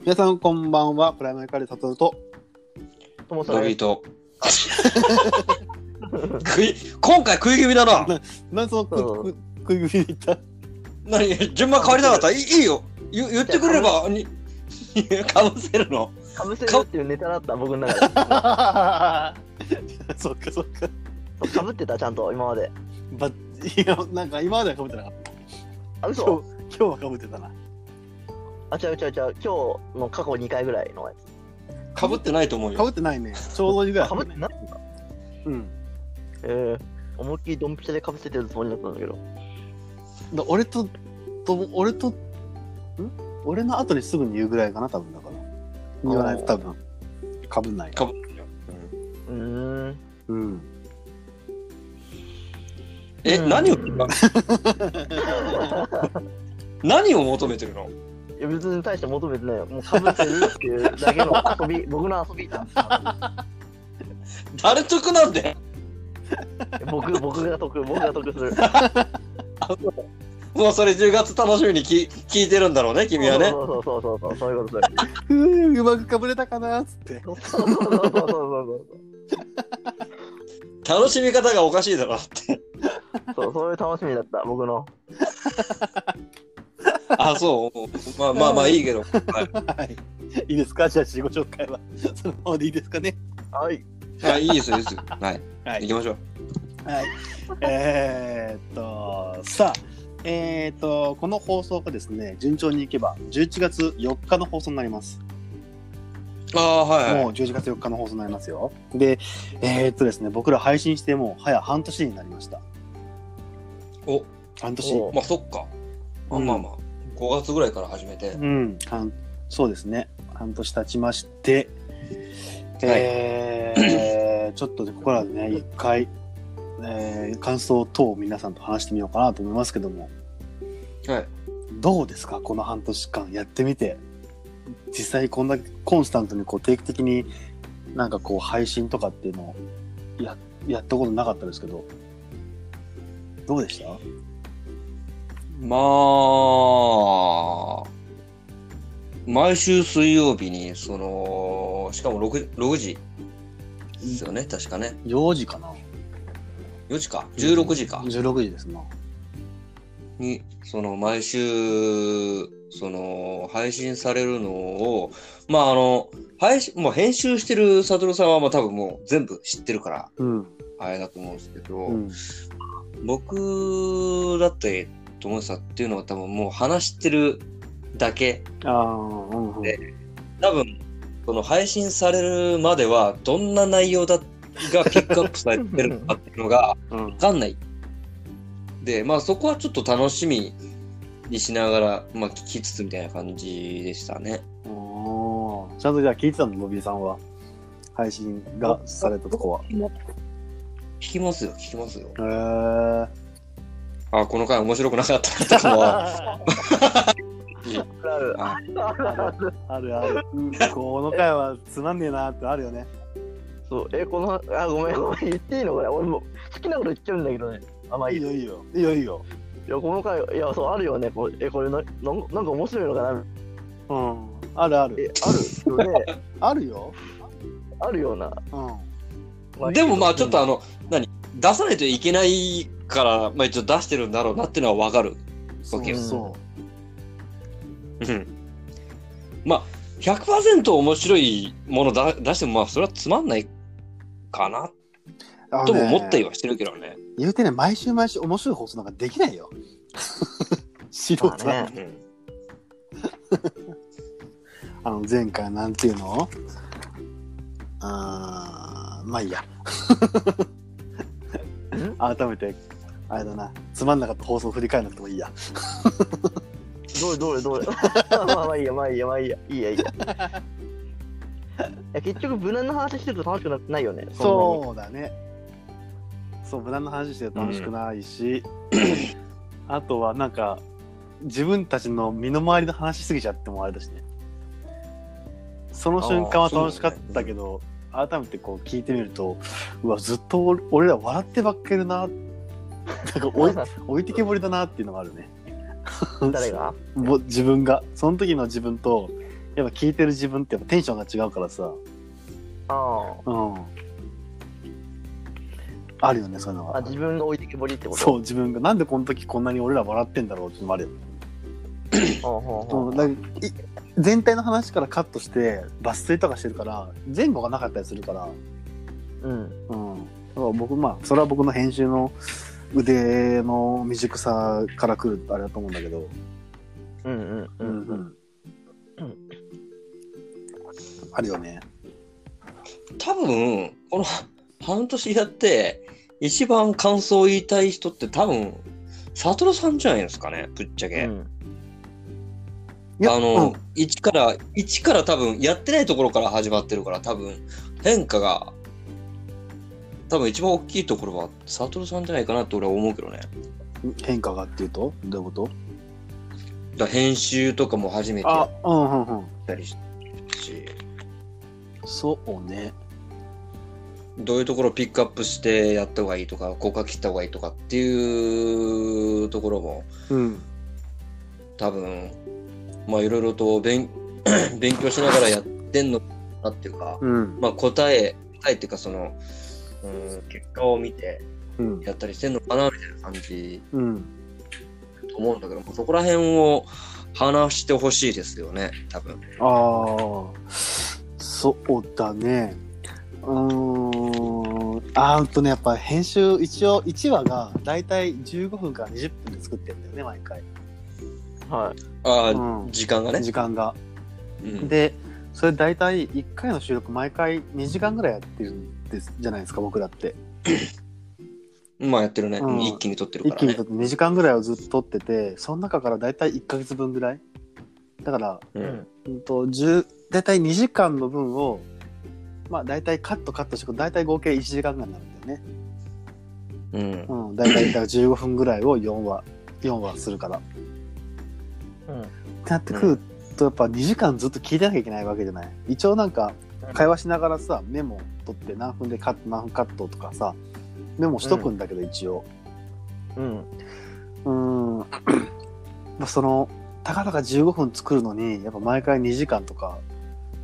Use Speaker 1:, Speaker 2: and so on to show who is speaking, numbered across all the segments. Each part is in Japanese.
Speaker 1: 皆さんこんばんはプライマリカレーサトルと
Speaker 2: とも
Speaker 3: ロ
Speaker 2: さん
Speaker 3: ビーと。食い、今回食い気味だな。
Speaker 1: 何そのく
Speaker 2: う
Speaker 1: く食い気味に言っ
Speaker 3: 何順番変わりなかったいいいいよ。言言ってくれれば、に かぶせるの。
Speaker 2: かぶせるっていうネタだった、僕の中で。
Speaker 1: た そっかそっか
Speaker 2: かぶってた、ちゃんと、今まで。
Speaker 1: ばいやなんか今まではかぶってなかった
Speaker 2: あ、
Speaker 1: 今
Speaker 2: 嘘
Speaker 1: 日今日はかぶってたな
Speaker 2: あ、ちゃうちゃうちゃう。今日の過去2回ぐらいのや
Speaker 3: かぶってないと思う
Speaker 1: か
Speaker 3: よ。
Speaker 1: ぶってないねちょうどいいぐらい
Speaker 2: つ。か
Speaker 1: だ
Speaker 2: ぶっ
Speaker 1: ね
Speaker 2: てない
Speaker 1: うん
Speaker 2: えー、思いっきりドンピシャでかぶせてるつもりだったんだけど。
Speaker 1: だ俺とと俺とん俺の後にすぐに言うぐらいかな多分だから言わないと多分かぶんない
Speaker 3: かぶってるよ。うん
Speaker 2: うーん。
Speaker 1: う ん
Speaker 3: え、
Speaker 2: うん
Speaker 3: 何を何を求めてるの
Speaker 2: いや、別に大して求めてないよ。もうかぶってるっていうだけの遊び、 僕の遊びだ。
Speaker 3: 誰得なんで
Speaker 2: 僕、僕が得、僕が得する。
Speaker 3: もうそれ10月楽しみにき聞いてるんだろうね、君はね。
Speaker 2: そうそうそうそうそう、そういうこと
Speaker 1: ふううまくかぶれたかなっつって
Speaker 2: そうそうそうそうそうそう
Speaker 3: 楽しみ方がおかしいだろって。
Speaker 2: そう、そういう楽しみだった、僕の。
Speaker 3: あ、そう。まあまあまあいいけど。はい
Speaker 1: はいいいですかじゃあ自己紹介はそのままでいいですかね
Speaker 2: はい。
Speaker 3: あ、いいですよ、いいですよ。はい。
Speaker 1: はい
Speaker 3: 行きましょう。
Speaker 1: はい。えーっと、さあ、えーっと、この放送がですね、順調にいけば、11月4日の放送になります。
Speaker 3: ああ、はいはい。
Speaker 1: もう11月4日の放送になりますよ。で、えーっとですね、僕ら配信してもう、早半年になりました。
Speaker 3: お
Speaker 1: 半
Speaker 2: お
Speaker 1: 年。
Speaker 3: まあそっか。あ
Speaker 1: うん
Speaker 3: まあまあ、5月ぐらいから始めて。
Speaker 1: うん、半そうですね、半年経ちまして、えーちょっとねここからね、一回、えー感想等を皆さんと話してみようかなと思いますけども。
Speaker 3: はい。
Speaker 1: どうですかこの半年間やってみて実際こんなコンスタントにこう定期的になんかこう配信とかっていうのをややったことなかったですけどどうでした
Speaker 3: まあ、毎週水曜日に、その、しかも 6, 6時ですよね、確かね。
Speaker 1: 4時かな
Speaker 3: 4時か、16時か。
Speaker 1: 16時ですな
Speaker 3: に、その、毎週、その、配信されるのを、まああの、配信、もう編集してるサトルさんは、まあ多分もう全部知ってるから、
Speaker 1: うん、
Speaker 3: あれだと思うんですけど、
Speaker 1: うん、
Speaker 3: 僕だって友達さんっていうのは多分もう話してるだけ
Speaker 1: ああうんうん
Speaker 3: で多分この配信されるまではどんな内容だがピックアップされてるのかっていうのが
Speaker 1: うん
Speaker 3: 分かんないでまあそこはちょっと楽しみにしながら、まあ、聞きつつみたいな感じでしたね
Speaker 1: おーちゃんとじゃあ聞いてたのロビーさんは配信がされたとこは
Speaker 3: 聞きますよ聞きますよ
Speaker 1: へえ
Speaker 3: あこの回面白くなかったと かは
Speaker 2: ある
Speaker 3: あ
Speaker 2: あるある
Speaker 1: あるある、うんこの回はつまんねえなってあるよね
Speaker 2: そう、え、この、あ、ごめん、ごめん、言 っていいのこれ。俺も好きなこと言っちゃうんだけどね。あ、まあい
Speaker 1: い
Speaker 2: い。
Speaker 1: い
Speaker 2: い
Speaker 1: よいいよいいよいいよ
Speaker 2: や、この回、いや、そう、あるよね。こうえ、これな、なんなんか面白いのかな
Speaker 1: うん、あるある。
Speaker 2: え、あるよ ね。
Speaker 1: あるよ。
Speaker 2: あるような。
Speaker 1: う
Speaker 3: でもまあちょっとあ
Speaker 2: の、
Speaker 3: の、何出さないといけないから、まあ一応出してるんだろうなっていうのはわかる。
Speaker 1: ん。そ
Speaker 3: OK
Speaker 1: うそ
Speaker 3: うん。まあ100%面白いものだ出してもまあそれはつまんないかな
Speaker 1: う。あのね
Speaker 3: とも思ったりはしてるけどね。
Speaker 1: 言うてね、毎週毎週面白い放送なんかできない よ。素人は、
Speaker 2: まあね
Speaker 3: うん
Speaker 1: あの前回なんていうのあーまあいいや。 改めて、あれだな、つまんなかった放送振り返らなくてもいいや。
Speaker 2: どれどれどれ。 まあまあいいや、まあいいや、まあいいや、いい や、いいや。いや結局、無難な話してると楽しくなないよね。
Speaker 1: そうだね。そう、無難な話してると楽しくないし、あとはなんか、自分たちの身の回りの話しすぎちゃってもあれだしね。その瞬間は楽しかったけど、改めてこう聞いてみると、うわ、ずっと俺俺ら笑ってばっかりだな、なんか
Speaker 2: そんな
Speaker 1: 置い
Speaker 2: に。
Speaker 1: 置いてけぼり だなっていうのがあるね。
Speaker 2: 誰が
Speaker 1: もう自分が、その時の自分と、やっぱ聞いてる自分ってやっぱテンションが違うからさ、
Speaker 2: あ
Speaker 1: うん。あるよね、そういうの
Speaker 2: あ。
Speaker 1: は。
Speaker 2: あ、自分が置いてけぼりってこと
Speaker 1: そう、自分が、なんでこの時こんなに俺ら笑ってんだろうっていうのもあるよね。
Speaker 2: ほうほうほ
Speaker 1: そううなんかい全体の話からカットして抜粋とかしてるから前後がなかったりするから、
Speaker 2: うん。
Speaker 1: うん、だから僕まあそれは僕の編集の腕の未熟さからくるあれだと思うんだけど、
Speaker 2: うんうんうん。うん
Speaker 1: あるよね
Speaker 3: 多分、この半年やって、一番感想を言いたい人って多分、サトルさんじゃないですかね、ぶっちゃけ。
Speaker 2: うん
Speaker 1: いや
Speaker 3: あの、
Speaker 1: うん
Speaker 3: 一から、一から多分、やってないところから始まってるから、多分、変化が、多分一番大きいところは、サトルさんじゃないかなって俺は思うけどね。
Speaker 1: 変化がっていうとどういうこと
Speaker 3: だから編集とかも初めてや
Speaker 1: あ
Speaker 3: っ
Speaker 1: うんうんうん
Speaker 3: たりしたし、
Speaker 1: そうね
Speaker 3: どういうところをピックアップしてやった方がいいとか、ここから切った方がいいとかっていうところも、
Speaker 1: うん
Speaker 3: 多分まあいろいろと勉 勉強しながらやってんのかなっていうか、
Speaker 1: うん
Speaker 3: まあ答え答えっていうかその、うん、結果を見て
Speaker 1: うん
Speaker 3: やったりしてんのかなみたいな感じ
Speaker 1: うん
Speaker 3: と思うんだけどもそこら辺を話してほしいですよね多分
Speaker 1: ああそうだねうーんあーうんとねやっぱ編集一応1話がだいたい15分から20分で作ってるんだよね毎回、
Speaker 2: はい。
Speaker 3: ああ、
Speaker 1: うん
Speaker 3: 時間がね
Speaker 1: 時間が
Speaker 3: うん
Speaker 1: でそれ大体1回の収録毎回2時間ぐらいやってるんですじゃないですか僕だって
Speaker 3: まあやってるね、
Speaker 1: うん
Speaker 3: 一気に撮ってる
Speaker 1: 一
Speaker 3: から
Speaker 1: 気に
Speaker 3: ね
Speaker 1: 撮って2時間ぐらいをずっと撮っててその中から大体1ヶ月分ぐらいだから
Speaker 3: うん
Speaker 1: うんと10大体2時間の分をまあ大体カットカットしてく大体合計1時間ぐらいになるんだよね
Speaker 3: うん
Speaker 1: うん大体だから15分ぐらいを4話4話するからっ
Speaker 2: うん。
Speaker 1: てなってくるとやっぱ2時間ずっと聞いてなきゃいけないわけじゃない一応なんか会話しながらさメモ取って何分でカット何分カットとかさメモしとくんだけど一応
Speaker 2: うん。
Speaker 1: うーんまあそのたかだか15分作るのにやっぱ毎回2時間とか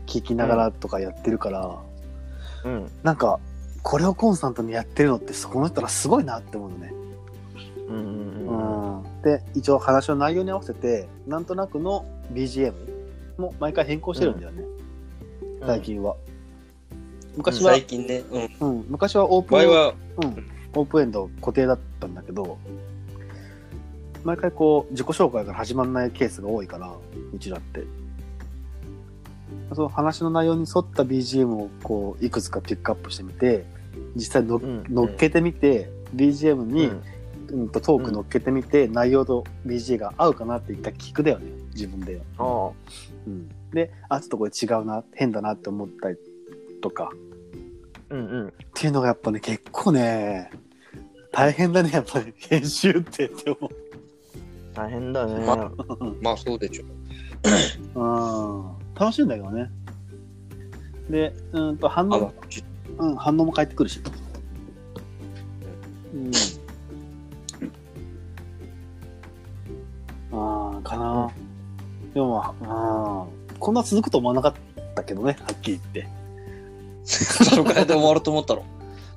Speaker 1: 聞きながらとかやってるから、
Speaker 2: うん。
Speaker 1: なんかこれをコンスタントにやってるのってそこの人らすごいなって思うのね。
Speaker 2: うんうん
Speaker 1: う
Speaker 2: うん。
Speaker 1: ん、で一応話の内容に合わせてなんとなくの BGM も毎回変更してるんだよね、最。近は。昔は
Speaker 3: 最、近ね、うん、
Speaker 1: うん昔はオープ
Speaker 3: 場
Speaker 1: ン
Speaker 3: 合は、
Speaker 1: うん、オープンエンド固定だったんだけど毎回こう自己紹介から始まんないケースが多いからうちらってその話の内容に沿った BGM をこういくつかピックアップしてみて実際の,、
Speaker 2: うん
Speaker 1: 乗っけてみて BGM
Speaker 2: う
Speaker 1: に、うん
Speaker 2: ん。
Speaker 1: とトーク乗っけてみて、内容と BG が合うかなって一回聞くだよね自分で、
Speaker 2: ああ。
Speaker 1: うん、であちょっとこれ違うな変だなって思ったりとか
Speaker 2: うんうん。
Speaker 1: っていうのがやっぱね結構ね大変だねやっぱり編集ってって思
Speaker 2: 大変だね。
Speaker 3: ままあそうでしょ
Speaker 1: う、うん、楽しいんだけどねでうんと反
Speaker 3: あ
Speaker 1: 応、うん、反応も返ってくるし、うん、ああかな、でもまあうんこんな続くと思わなかったけどねはっきり言って
Speaker 3: どのくらいで終わると思っ たの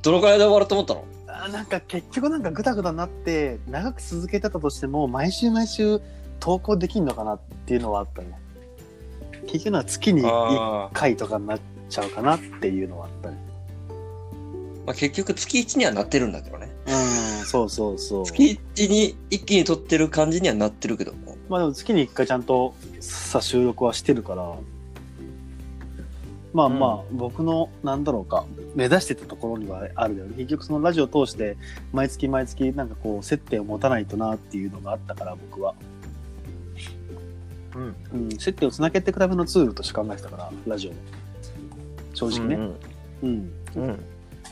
Speaker 3: どのくらいで終わると思ったの
Speaker 1: あーなんか結局なんかグダグダになって長く続けてたとしても毎週毎週投稿できんのかなっていうのはあったね結局は月に1
Speaker 3: あ
Speaker 1: 回とかになっちゃうかなっていうのはあったね
Speaker 3: ー、まあ、結局月1にはなってるんだけどね
Speaker 1: うんそうそうそう
Speaker 3: 月一に一気に撮ってる感じにはなってるけども
Speaker 1: まあでも月に1回ちゃんとさ収録はしてるからまあまあ僕のなんだろうか目指してたところにはあるよね結局そのラジオを通して毎月毎月なんかこう接点を持たないとなっていうのがあったから僕は
Speaker 2: うん。
Speaker 1: うん、接点をつなげていくためのツールとして考えてたからラジオも正直ね、うん
Speaker 2: うん。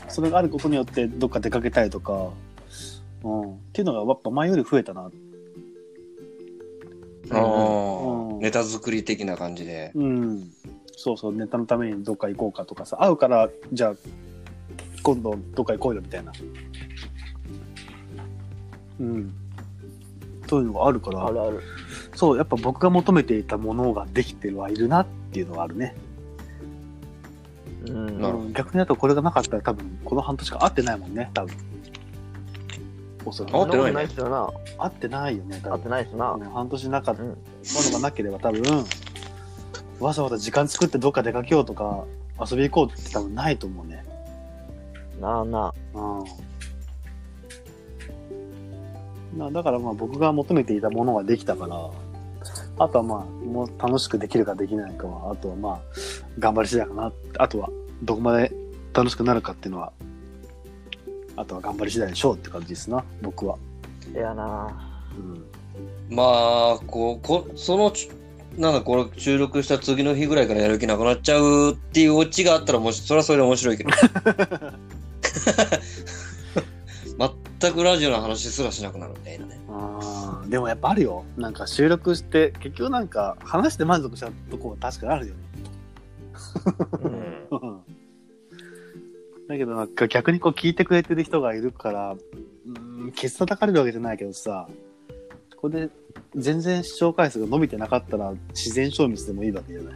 Speaker 1: それがあることによってどっか出かけたいとか、うん、っていうのがやっぱ前より増えたな
Speaker 3: あ
Speaker 1: うん
Speaker 3: ーネタ作り的な感じで
Speaker 1: うんそうそうネタのためにどっか行こうかとかさ会うからじゃあ今度どっか行こうよみたいなうんそういうのがあるから
Speaker 2: あるある。
Speaker 1: そうやっぱ僕が求めていたものができてはいるなっっていうのはあるね。
Speaker 2: うん
Speaker 3: なるほ
Speaker 1: うん逆にだとこれがなかったら多分この半年間会ってないもんね、多分。おそら
Speaker 3: 合
Speaker 2: 合
Speaker 3: っ
Speaker 2: ってて
Speaker 3: な
Speaker 2: ないい
Speaker 3: ね
Speaker 2: っすよな。
Speaker 1: 会ってないよね、多
Speaker 2: 合って
Speaker 1: 分。
Speaker 2: ないっすな。
Speaker 1: ね半年なかった
Speaker 2: う
Speaker 1: も
Speaker 2: ん。
Speaker 1: のがなければ多分、わざわざ時間作ってどっか出かけようとか遊び行こうって多分ないと思うね。
Speaker 2: なあな
Speaker 1: うん。なだからまあ僕が求めていたものができたから、あとはまあ、もう楽しくできるかできないかは、あとはまあ、頑張り次第かな。あとは、どこまで楽しくなるかっていうのは、あとは頑張り次第でしょうって感じですな、僕は。
Speaker 2: あ。いやな
Speaker 1: うん。
Speaker 3: まあ、こう、こそのち、なんかこれ収録した次の日ぐらいからやる気なくなっちゃうっていうオチがあったらもし、それはそれで面白い けど。 全くラジオの話すらしなくなるみたいなね。
Speaker 1: あーでもやっぱあるよ。なんか収録して、結局なんか話して満足したとこは確かにあるよね。
Speaker 2: あ。う。
Speaker 3: うんん。
Speaker 1: うんだけどなんか逆にこう聞いてくれてる人がいるから、うーん、ケツ叩かれるわけじゃないけどさ、ここで全然視聴回数が伸びてなかったら自然消滅でもいいわけじゃない。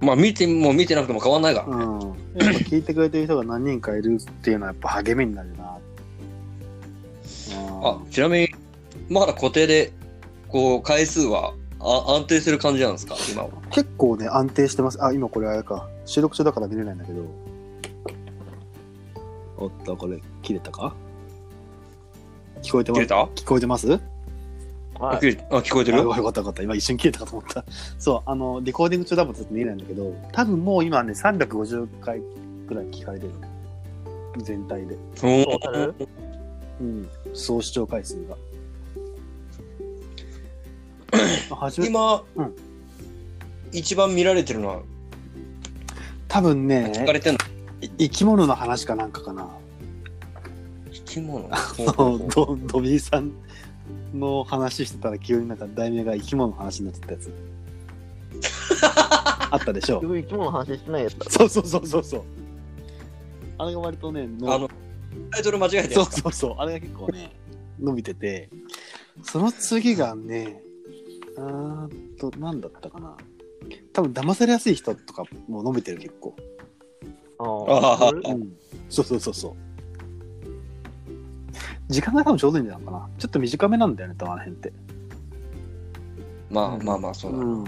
Speaker 3: まあ、見ても見てなくても変わんないから
Speaker 1: うん。やっぱ聞いてくれてる人が何人かいるっていうのはやっぱ励みになるな。
Speaker 3: あ、ちなみに、まだ固定で、こう、回数はあ安定する感じなんですか今は。
Speaker 1: あ結構ね、安定してます。あ、今これあれか。収録中だから見れないんだけど。おっと、これ切れたか聞こえてま
Speaker 3: 切れ
Speaker 1: す
Speaker 3: た、
Speaker 1: 聞こえてます
Speaker 3: あ
Speaker 2: は
Speaker 3: 切れあ、聞こえて
Speaker 1: あ
Speaker 3: る
Speaker 1: よかったよかった。今一瞬切れたかと思った。 そう、あの、レコーディング中だもんずっと見えないんだけど、多分もう今ね、350回くらい聞かれてる。全体で。
Speaker 3: お
Speaker 2: トータ
Speaker 1: うん。総視聴回数 が。はじめ
Speaker 3: 今、
Speaker 1: うん
Speaker 3: 一番見られてるのは、
Speaker 1: 多分
Speaker 3: 聞か
Speaker 1: ね、
Speaker 3: れてるの
Speaker 1: い生き物の話かなんかかな。
Speaker 3: 生き物
Speaker 1: ドドビーさんの話してたら急になんか題名が生き物の話になってたやつ。あったでしょ
Speaker 2: 結。局生き物の話してないやつだ。
Speaker 1: そうそうそうそうそう。あれが割とね、の
Speaker 3: あの、タイトル間違えてる
Speaker 1: そうそうそう、あれが結構ね、伸びてて、その次がね、あーっと、なんだったかな。多分騙されやすい人とかも伸びてる結構。
Speaker 2: ああ。
Speaker 3: あ
Speaker 1: うん。そうそうそうそう。時間が多分ちょうどいいんじゃないのかな。ちょっと短めなんだよね、多分あの辺って。
Speaker 3: まあまあまあ、そうだ、
Speaker 1: ん。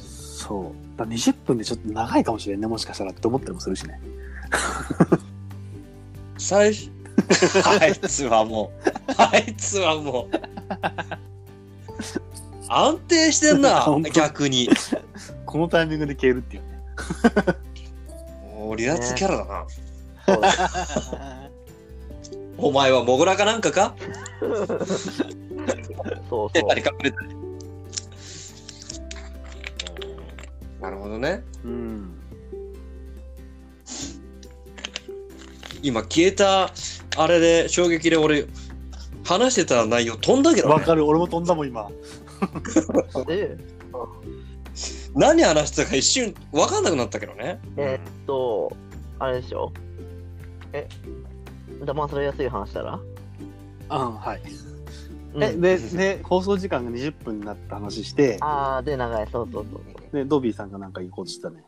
Speaker 1: そう。だから20分でちょっと長いかもしれんね、もしかしたらって思ったりもするしね。
Speaker 3: 最初、 あいつはもう、あいつはもう、安定してんな
Speaker 1: 本当、
Speaker 3: 逆に。
Speaker 1: このタイミングで消えるっていうね。
Speaker 3: もう離脱キャラだな。
Speaker 2: そうだ
Speaker 3: お前はモグラかなんかか
Speaker 2: そう
Speaker 3: 出
Speaker 2: そう
Speaker 3: た。り隠れたり。なるほどね。
Speaker 1: うん。
Speaker 3: 今消えたあれで衝撃で俺話してた内容飛んだけど、
Speaker 1: わ
Speaker 3: ね、
Speaker 1: かる、俺も飛んだもん、今。
Speaker 2: で、
Speaker 3: 何話してたか一瞬分かんなくなったけどね。
Speaker 2: えーっと、あれでしょえ、騙されやすい話したら
Speaker 1: うん、はい。
Speaker 2: うん
Speaker 1: え、で、で、放送時間が20分になった話して、
Speaker 2: ああ、で、長い。そうそうそう。
Speaker 1: で、ドビーさんがなんか行こうとしてたね。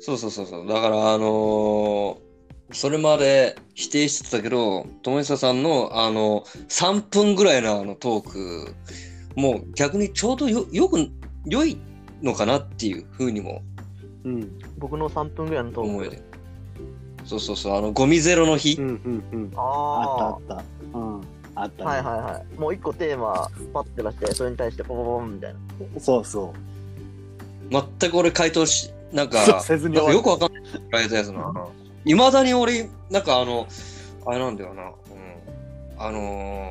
Speaker 3: そうそうそうそう。だからあのーそれまで否定してたけど、友久さんのあの3分ぐらいのあのトーク、もう逆にちょうどよよく良いのかなっていうふうにも
Speaker 1: うん。
Speaker 2: 僕の3分ぐらいのト
Speaker 3: 思え
Speaker 2: ーク。
Speaker 3: る。そうそうそう、あのゴミゼロの日
Speaker 1: うん、う。ん、うん。あ
Speaker 2: あ
Speaker 1: ったあった。うん。あった、
Speaker 2: あ。
Speaker 1: ね。
Speaker 2: はいはいはい。もう1個テーマ、パッて出して、それに対してポポポンみたいな。
Speaker 1: そうそ
Speaker 3: 全く俺回答し、なんか、
Speaker 1: そうせずに終わる
Speaker 3: なんかよくわかんないライトやつな。いまだに俺、なんかあの、あれなんだよな、うん、あの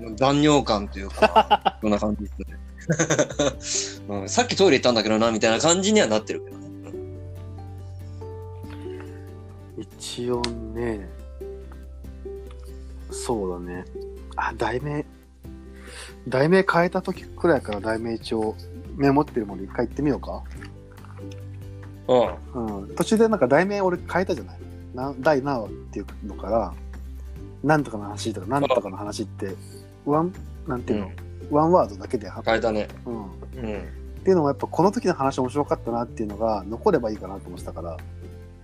Speaker 3: ー、残尿感とい うか、そんな感じですね、 うん。さっきトイレ行ったんだけどな、みたいな感じにはなってるけどね。うん
Speaker 1: う。一応ね、そうだね。あ、題名、題名変えた時くらいから題名一応メモってるもの一回言ってみようか。
Speaker 3: うん
Speaker 1: うん。途中でなんか題名俺変えたじゃないな第何話っていうのから、なんとかの話とか、なんとかの話って、ワンなんていうの、ワンワードだけでは、
Speaker 3: 変えたね。
Speaker 1: うん、っ
Speaker 3: うん。
Speaker 1: ていうのもやっぱこの時の話面白かったなっていうのが残ればいいかなと思ってたから、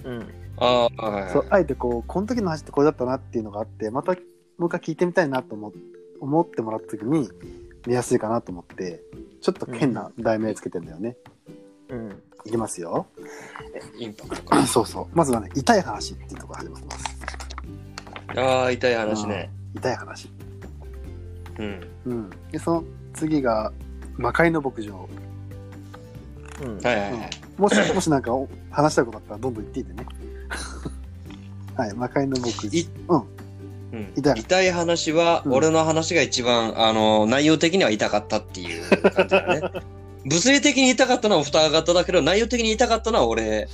Speaker 2: うん。
Speaker 3: ああ、はいはい。
Speaker 1: そうあえてこうこの時の話ってこれだったなっていうのがあってまたもう一回聞いてみたいなと思思ってもらった時に見やすいかなと思ってちょっと変な題名つけてんだよね、
Speaker 2: うん。
Speaker 1: いきますよ
Speaker 3: インパクトか。
Speaker 1: そうそうまずはね痛い話っていうところ始まってます
Speaker 3: ああ、痛い話ね。
Speaker 1: 痛い話
Speaker 3: うん。
Speaker 1: うんでその次が魔界の牧場
Speaker 2: うん。
Speaker 3: はいはいはい。
Speaker 1: もしもしなんかお話したいことあったらどんどん言っていいんでね はい魔界の牧場
Speaker 3: い
Speaker 1: うん
Speaker 3: うん
Speaker 1: 痛い
Speaker 3: 痛い話は、
Speaker 1: うん
Speaker 3: 俺の話が一番、あの、内容的には痛かったっていう感じだね。 物理的に痛かったのは二方だけど、内容的に痛かったのは俺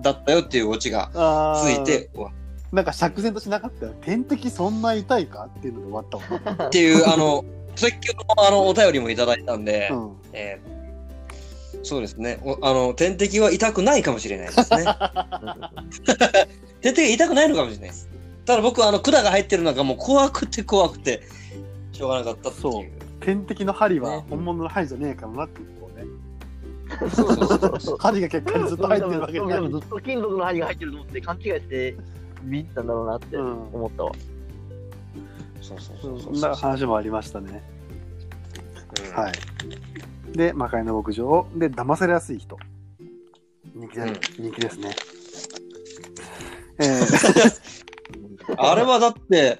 Speaker 3: だったよっていうオチがつ
Speaker 1: あー
Speaker 3: いて、うわ
Speaker 1: なんか釈然としなかったよ天敵そんな痛いかっていうので終わったもんね、
Speaker 3: っていう、あの、説教のあのお便りもいただいたんで、
Speaker 1: うん
Speaker 3: えーそうですねおあの、点滴は痛くないかもしれない ですね。点滴が痛くないのかもしれないです。ただ僕はあの管が入ってるのがもう怖くて怖くてしょうがなかったっていう。
Speaker 1: 天敵の針は
Speaker 3: ね
Speaker 1: 本物の針じゃねえかもなっていうこうね、
Speaker 3: そうそうそう
Speaker 1: 針が結果にずっと入ってるわけじゃない、
Speaker 2: ずっと金属の針が入ってると思って勘違いしてビビったんだろうなって
Speaker 1: うん
Speaker 2: 思ったわ。
Speaker 3: そうそう
Speaker 1: そ
Speaker 3: そうそ うう。
Speaker 1: んな話もありましたね、
Speaker 3: うん
Speaker 1: はいで魔界の牧場で騙されやすい人人気だ、
Speaker 3: うん
Speaker 1: 人気ですねえー
Speaker 3: あれはだって、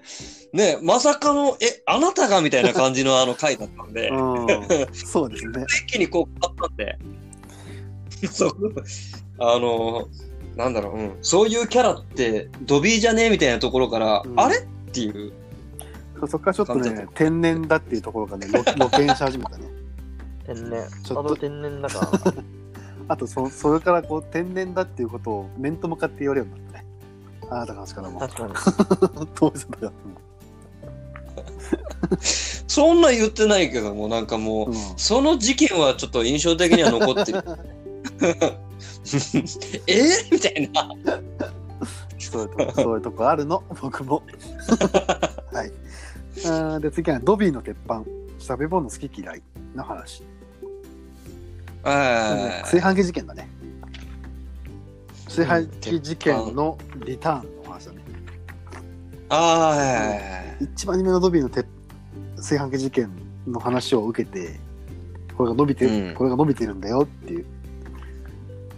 Speaker 3: ね、まさかの、え、あなたがみたいな感じのあの回だったんで、
Speaker 1: うん、 そうですね
Speaker 3: 一気にこう変わったんで、 そう、あの、なんだろう、うん、そういうキャラってドビーじゃねえみたいなところから、
Speaker 1: うん
Speaker 3: あれっていう、
Speaker 1: そっからちょっと
Speaker 3: 完全
Speaker 1: ね
Speaker 3: に
Speaker 1: 天然だっていうところがね露露見し始めたね
Speaker 2: 天然。
Speaker 1: ち
Speaker 2: あ
Speaker 1: ょっと
Speaker 2: の天然だから。
Speaker 1: あとそそれからこう天然だっていうことを面と向かって言われるようになったねあなたの話 からも
Speaker 2: 確かに。
Speaker 1: 当時だから
Speaker 3: そんな言ってないけども、なんかもう、
Speaker 1: うん
Speaker 3: その事件はちょっと印象的には残 ってる。 えみたいな。
Speaker 1: そういうとこ、そういうとこある の、僕も。はい。あーで、次はドビーの鉄板。食べ物好き嫌いの話。
Speaker 3: はい
Speaker 1: 炊飯器事件だね。炊飯器事件のリターンの話だね。
Speaker 3: はい
Speaker 1: 一番目のドビーの鉄炊飯器事件の話を受けて、これが伸びてる、
Speaker 3: うん
Speaker 1: これが伸びてるんだよっていう。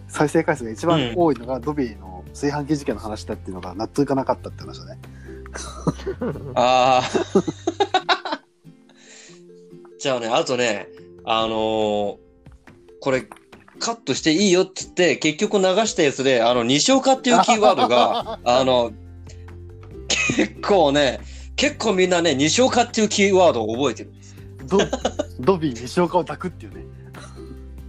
Speaker 1: 再生回数が一番多いのがドビーの炊飯器事件の話だっていうのが納得いかなかったって話だね。
Speaker 3: ああ。 じゃあね、あとね、あのーこれ、カットしていいよっつって、結局流したやつで、あの、西岡っていうキーワード が、あの、結構ね、結構みんなね、西岡っていうキーワードを覚えてる。
Speaker 1: ドドビー西岡を抱くっていうね。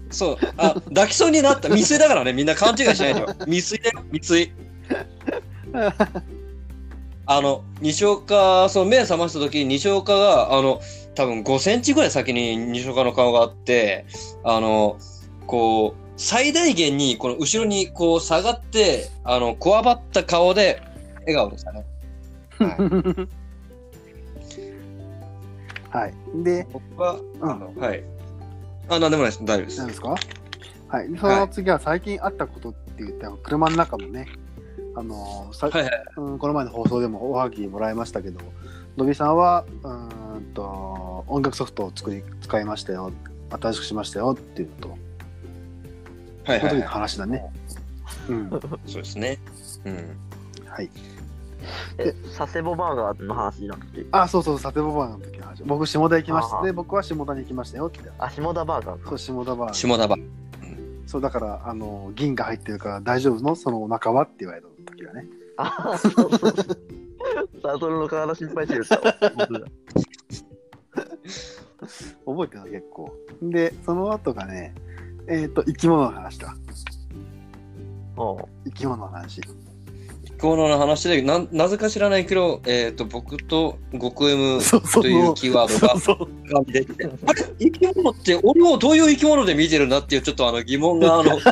Speaker 3: そう、あ、抱きそうになった。未遂だからね、みんな勘違いしないでよ。未遂だよ、未 遂。あの、西岡、その目覚ました時に西岡が、あの、多分5センチぐらい先に西岡の顔があって、あの、こう、最大限に、この後ろにこう下がって、あの、こわばった顔で、笑顔でしたね。はい
Speaker 1: はい。で、
Speaker 3: 僕は、
Speaker 1: うん
Speaker 3: あの、はい。あ、なんでもないです。大丈夫です
Speaker 1: 何。ですかはい。その次は最近あったことって言って、あの車の中もね、あのーさ
Speaker 3: はいは
Speaker 1: うん、この前の放送でもおはぎもらいましたけど、のびさんは、うーんと、音楽ソフトを作り、使いましたよ。新しくしましたよっていうと、
Speaker 3: はい
Speaker 1: この
Speaker 3: は
Speaker 1: 時
Speaker 3: い
Speaker 1: の
Speaker 3: は
Speaker 1: 話だね。うん。
Speaker 3: い。そうですね。うん。
Speaker 1: はい。
Speaker 2: え、佐世保バーガーの話じゃなくて。
Speaker 1: あ、そうそう、サテボバーの時の話。僕、下田行きまし
Speaker 2: あ
Speaker 1: た。
Speaker 2: ー
Speaker 1: で、僕は下田に行きましたよって。
Speaker 2: あ、下田バーガー
Speaker 1: そう、下田バー。
Speaker 3: 下田場。
Speaker 1: そう、だから、あの、銀が入ってるから大丈夫のそのお腹はって言われた時はね。
Speaker 2: あ、そうそうそう。サトルの体心配してる から僕ら
Speaker 1: 覚えてない結構でその後がねえっ、と生き物の話だ
Speaker 2: も
Speaker 1: 生き物の話
Speaker 3: コーナーの話で、なんなぜか知らないけど、えっ、と、僕と極 M
Speaker 1: そうそ
Speaker 3: というキーワード
Speaker 1: そうそう
Speaker 3: が浮かんできて、あれ生き物って俺をどういう生き物で見てるんだっていう、ちょっとあの疑問が、あの、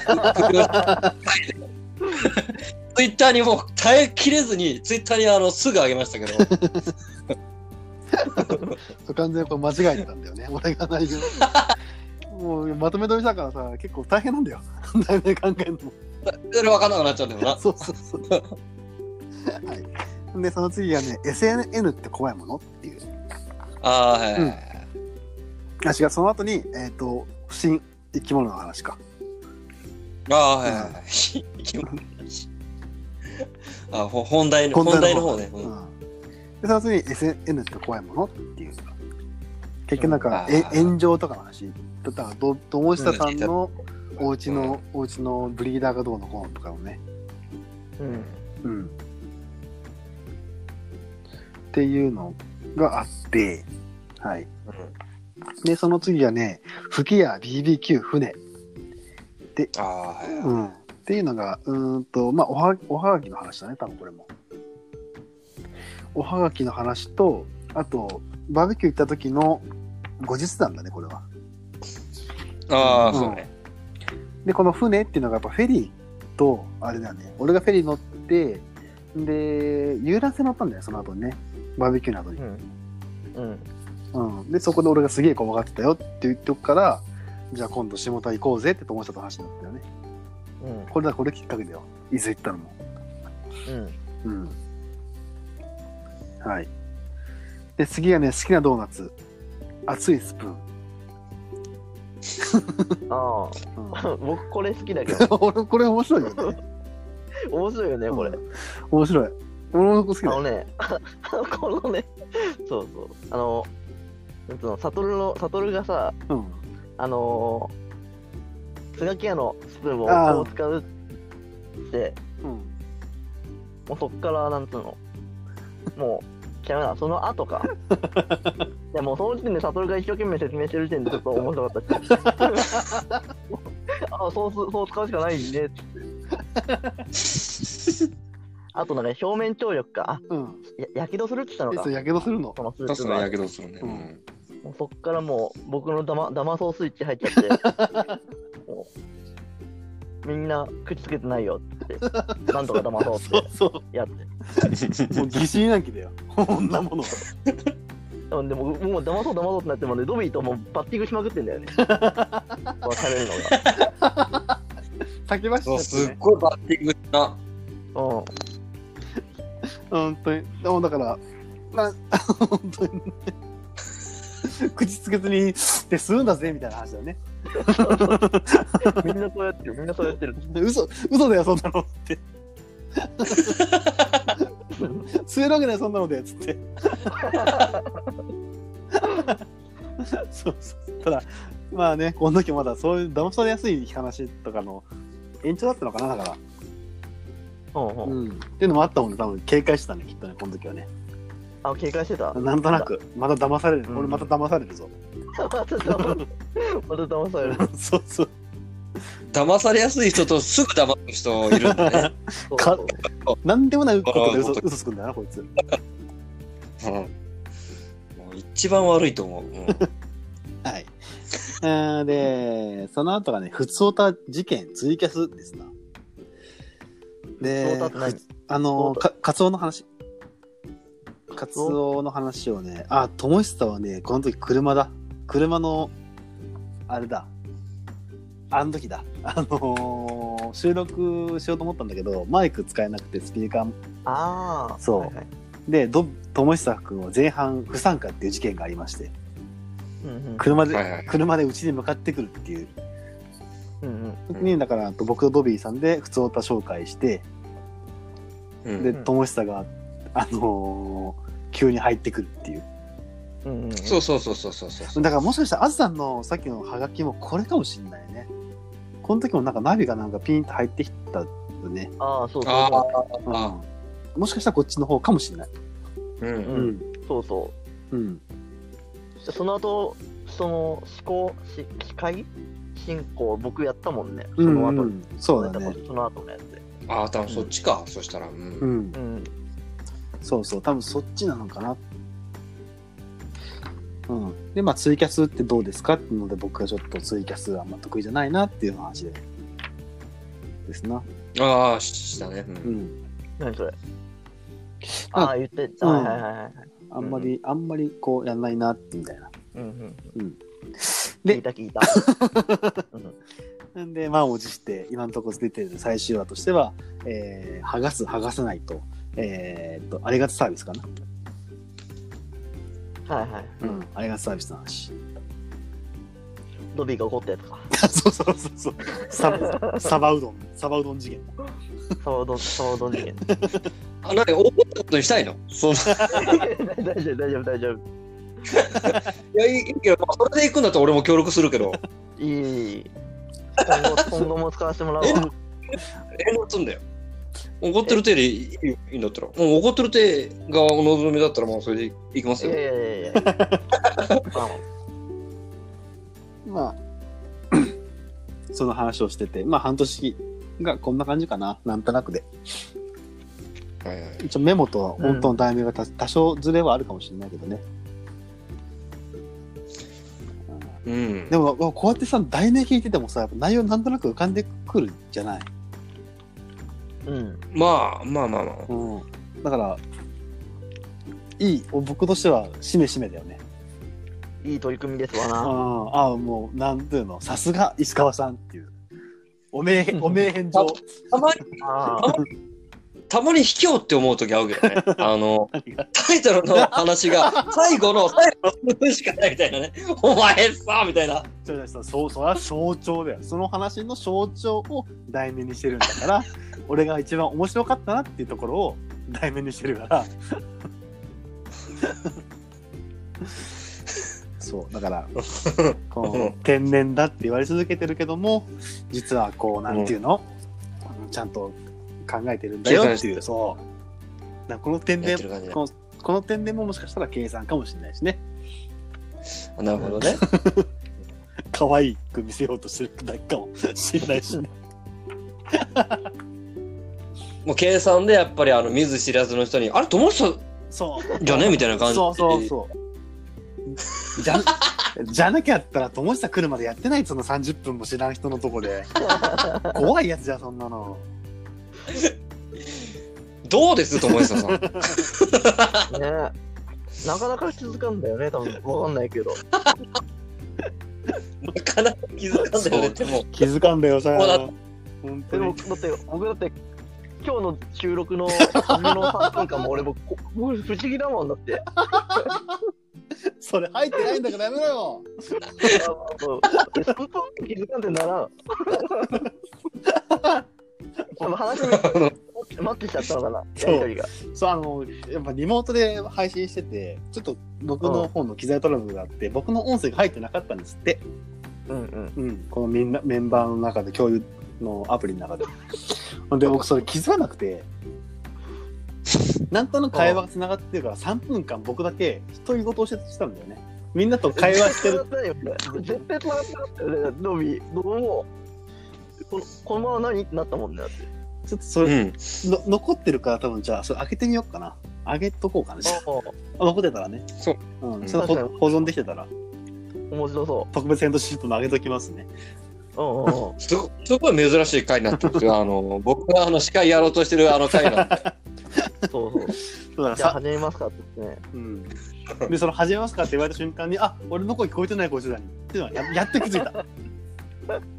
Speaker 3: ツイッターにもう耐えきれずに、ツイッターにあのすぐ上げましたけど、
Speaker 1: そう完全にこれ間違えてたんだよね。俺が内容。もうまとめ取りしたからさ、結構大変なんだよ。題名考えるのも。
Speaker 3: それ分かんなくなっちゃうんだよな。
Speaker 1: そうそうそう。はい。で、その次がね、SNN って怖いものっていう。
Speaker 3: ああー、はいはいはい
Speaker 1: あ、違う、その後に、えっ、と、不審生き物の話か。
Speaker 3: ああ、はいはいはい。 あほ本題の本題の方ね。うん
Speaker 1: うんで、その次に SN って怖いものっていう。結局なんか、
Speaker 3: うん
Speaker 1: え
Speaker 3: あー
Speaker 1: 炎上とかの話。だったら、ど友下さんのお家の、お家のブリーダーがどうのこうのとかをね。
Speaker 2: うん。
Speaker 1: うん。っていうのがあって、はい。で、その次がね、吹き矢 BBQ 船。
Speaker 3: ああ、はいはい。
Speaker 1: うん。っていうのが、うーんと、まあ、おはおはがきの話だね、多分これも。おはがきの話と、あと、バーベキュー行った時の後日談だね、これは。
Speaker 3: ああ、
Speaker 1: うん
Speaker 3: そうね。
Speaker 1: で、この船っていうのがやっぱフェリーと、あれだよね、俺がフェリー乗って、で、遊覧船乗ったんだよ、その後にね。バーベキューの後に
Speaker 2: う。ん。うん。
Speaker 1: うん、でそこで俺がすげえ怖がってたよって言っておくからじゃあ今度下田行こうぜって友達と話になったよね
Speaker 2: うん。
Speaker 1: これだこれきっかけだよ伊豆行ったのも
Speaker 2: うん。
Speaker 1: うんはいで次がね好きなドーナツ熱いスプーン、
Speaker 2: あ
Speaker 1: うん
Speaker 2: あ、 僕これ好きだけ ど、
Speaker 1: 俺これ面白いよね
Speaker 2: 面白いよね、これ。
Speaker 1: うん面白い俺も好き
Speaker 2: あ
Speaker 1: だ
Speaker 2: の
Speaker 1: よ、
Speaker 2: ね、 このね、そうそう、あの、なんつうの、サトルの、サトルがさ、
Speaker 1: うん、
Speaker 2: あのー、スガキ屋のスプーン
Speaker 1: あー
Speaker 2: をこう使うって、
Speaker 1: うん、
Speaker 2: もうそっから、なんつうの、もう、違うな、その 後か。いや、もうその時点でサトルが一生懸命説明してる時点でちょっと面白かったし。 あそうす、そう使うしかないね、つって。あとなんか表面張力か。あ
Speaker 1: うん、
Speaker 2: や、やけどするって言った
Speaker 1: え
Speaker 2: の
Speaker 1: そう
Speaker 2: か。
Speaker 1: やけどするの
Speaker 2: そのスー
Speaker 3: 確
Speaker 2: ツ
Speaker 3: かに
Speaker 2: が
Speaker 3: や。けどするね。
Speaker 1: う
Speaker 3: うんん
Speaker 2: もうそっからもう僕のダマダマそうスイッチ入っちゃってもうみんな口つけてないよって言ってなんとかダマそう
Speaker 1: そう
Speaker 2: っ
Speaker 1: そ
Speaker 2: てやって
Speaker 1: うもう疑心暗鬼だよ こんなもの
Speaker 2: ほんでもうもうダマそうダマそうってなってもねドビーともうバッティングしまくってんだよねこうされる
Speaker 1: 先走っち
Speaker 3: そ
Speaker 1: ゃ
Speaker 3: う
Speaker 1: っ
Speaker 3: す
Speaker 1: て、
Speaker 3: っ
Speaker 1: ね、
Speaker 3: ごいバッティングした。
Speaker 2: のが
Speaker 1: 本当にでもだからな 本当にね口つけずにってするんだぜみたいな話だよね
Speaker 2: うんみんなそうやってるみんなそうやってる
Speaker 1: で嘘嘘だよそんなのって吸えるわけないそんなのでつってそうそうただまあねこの時まだそういう騙されやすい話とかの延長だったのかなだから、
Speaker 2: うんうん、
Speaker 1: うん、っていうのもあったもんね多分警戒してたねきっとねこの時はね
Speaker 2: あ警戒してた
Speaker 1: なんとなくまた騙される、
Speaker 2: うん
Speaker 1: 俺また騙されるぞ
Speaker 2: また騙また騙される
Speaker 1: そうそう
Speaker 3: 騙されやすい人とすぐ騙す人いるんだ ね。
Speaker 2: そう
Speaker 1: かなんでもないことで
Speaker 3: あ
Speaker 1: 嘘
Speaker 3: ー
Speaker 1: 嘘つくんだよなこいつ
Speaker 3: うんもう一番悪いと思う。うん
Speaker 1: はいえーでその後がね「ふつおた事件ツイキャス」ですなで
Speaker 2: そうだって何
Speaker 1: あのー
Speaker 2: ふつお
Speaker 1: かカツオの話カツオの話をねあ友久はねこの時車だ車のあれだあの時だあのー収録しようと思ったんだけどマイク使えなくてスピーカー
Speaker 2: ああ
Speaker 1: そう
Speaker 2: はいはい
Speaker 1: でど友久君は前半不参加っていう事件がありまして
Speaker 2: うんうん
Speaker 1: 車で、
Speaker 3: はいはい
Speaker 1: 車でうちに向かってくるっていう
Speaker 2: うんうん
Speaker 1: 時に、だからあと僕とドビーさんで普通歌紹介して、
Speaker 3: うん
Speaker 1: で
Speaker 2: うん
Speaker 1: 友久があのー急に入ってくるっていう
Speaker 2: うんうん
Speaker 3: そうそうそうそうそうそう。
Speaker 1: だからもしかしたらあずさんのさっきのハガキもこれかもしんないねこの時もなんかナビがなんかピンと入ってきたよね、
Speaker 2: ああそうそう
Speaker 3: あ
Speaker 2: そ
Speaker 3: あ、
Speaker 1: うん
Speaker 3: あ
Speaker 1: もしかしたらこっちの方かもしんない
Speaker 3: うん
Speaker 2: う、
Speaker 1: う
Speaker 2: うん
Speaker 1: ん
Speaker 2: そうそう
Speaker 1: うん
Speaker 2: でその後その思考し機械進行僕やったもんねそ
Speaker 1: うん
Speaker 2: の後、
Speaker 1: うんそうだね
Speaker 2: その後のやつで
Speaker 3: ああ、多分そっちか。そしたら、うん
Speaker 1: うん
Speaker 2: うん
Speaker 1: そうそう、多分そっちなのかな。うん。で、まあ、ツイキャスってどうですかっていうので、僕はちょっとツイキャスあんま得意じゃないなっていう話で。ですな。
Speaker 3: ああ、ししたね。う
Speaker 1: うんん。
Speaker 2: 何それああ、言ってた。
Speaker 1: うん
Speaker 2: はいはいはいはい。
Speaker 1: あんまり、あんまりこうやんないなってみたいな。
Speaker 2: うんうん。
Speaker 1: で
Speaker 2: 聞いた聞 いた。うん
Speaker 1: なんで、満を持して、今のところ出てる最終話としては、えー、剥がす、剥がさないと、えーっと、ありがたサービスかな。
Speaker 2: はいはい。
Speaker 1: うん、ありがたサービスの話。
Speaker 2: ドビーが怒ったやつか。
Speaker 1: そうそうそうそう。ササバうどん、サバうどん事件。
Speaker 2: サワドン、サワドン 事件。
Speaker 3: あ、なに、怒ったことにしたいの そのい
Speaker 2: 大丈夫大丈夫大丈夫。
Speaker 3: や、いいいいけど、まあそれで行くんだったら俺も協力するけど、
Speaker 2: いいいいいい。今 後今後も使わせてもらおうわ。
Speaker 3: 遠慮すんだよ。怒ってる手でいいよいいんだったら、もう怒ってる手がお望みだったら、もうそれで行きま
Speaker 2: い
Speaker 3: す
Speaker 2: やい
Speaker 3: よ。
Speaker 2: や いやいや。
Speaker 1: まあ、その話をしてて、まあ半年がこんな感じかな、なんとなくで。
Speaker 3: はいはい
Speaker 1: 一応メモと本当の題名がた、多少ずれはあるかもしれないけどね。
Speaker 3: うん。
Speaker 1: でも、こうやってさ、題名聞いててもさ、やっぱ内容なんとなく浮かんでくるじゃない。
Speaker 2: うん。
Speaker 3: まあまあまあまあ。
Speaker 1: うん。だから、いい、僕としては、しめしめだよね。
Speaker 2: いい取り組みですわ
Speaker 1: あ
Speaker 2: な。
Speaker 1: あ、もう、なんていうの、さすが石川さんっていう。おめえ、おめえ返上。
Speaker 3: たまに、
Speaker 2: あ
Speaker 3: たまに卑怯って思う時あるけ どね。あの、タイトルの話が最後の最後の部分しかないみたいなね。お前さみたいな。
Speaker 1: そうだそうそうそれは象徴だよその話の象徴を題名にしてるんだから 俺が一番面白かったなっていうところを題名にしてるから そうだ からこう天然だって言われ続けてるけども実はこうなんていうの、ちゃんと考えてるんだよ
Speaker 3: 計算
Speaker 1: っ
Speaker 3: してて
Speaker 1: いう
Speaker 3: る
Speaker 1: そうだからこの天
Speaker 3: や
Speaker 1: 然
Speaker 3: ってる感じだ
Speaker 1: こ。のこの天然ももしかしたら計算かもしれないしね
Speaker 3: なるほどね。
Speaker 1: 可愛く見せようとしてるだけかもしれないしね
Speaker 3: もう計算でやっぱりあの見ず知らずの人に、あれ、友達さん
Speaker 1: そう。
Speaker 3: じゃねみたいな感じで。
Speaker 1: そうそうそう。じゃ、 じゃなきゃったら、友久来るまでやってない、その30分も知らん人のとこで。怖いやつじゃん、そんなの。
Speaker 3: どうです友達さん。
Speaker 2: あ。ねなかなか気づかんだよね、多分。わかんないけど。
Speaker 3: なかなか気づかんだよね。でも、
Speaker 1: 気づかんだよ、さ
Speaker 3: こうだ。
Speaker 1: 本当
Speaker 2: でも
Speaker 1: に。
Speaker 2: だって僕だって今日の収録の初めの3分間も俺僕こ僕不思議だもんだって
Speaker 1: それ入ってないんだから、やめろよ。
Speaker 2: そう3分気づかんでなら多分話にマッチしちゃったのかな
Speaker 1: そう
Speaker 2: やりとりが
Speaker 1: そう、あの、やっぱリモートで配信してて、ちょっと僕の方の機材トラブルがあって、僕の音声が入ってなかったんですって。
Speaker 2: うんうん
Speaker 1: うん、このみんなメンバーの中で共有のアプリの中で。 ほんで僕それ気づかなくてなんとなく会話がつながってるから3分間僕だけ独り言をしてたんだよね。みんなと会話 してる。
Speaker 2: 絶対繋がってなかったよねドビー僕もこのこのまま何ってなったもんねだって
Speaker 1: ちょっとそうれ、
Speaker 3: ん。
Speaker 1: の残ってるから多分じゃあそれ開けてみようかな。開けとこうかな。じゃあ残ってたらね。
Speaker 3: そう。
Speaker 1: うん、それ保
Speaker 2: 確か
Speaker 1: 保存できてたら
Speaker 2: 面白そ
Speaker 1: 特別編とシートの上げときますね。
Speaker 2: ううんうんうん
Speaker 3: すごすごい珍しい回になってるんですよ。あの、僕があの司会やろうとしてるあの回なんで。
Speaker 2: そうそう
Speaker 1: だから
Speaker 2: じゃあ
Speaker 1: さ、
Speaker 2: 始めますかって言ってね
Speaker 1: うん、でその始めますかって言われた瞬間にあ俺の声聞こえてないこいつらにっていうのはややっと気づい た、うん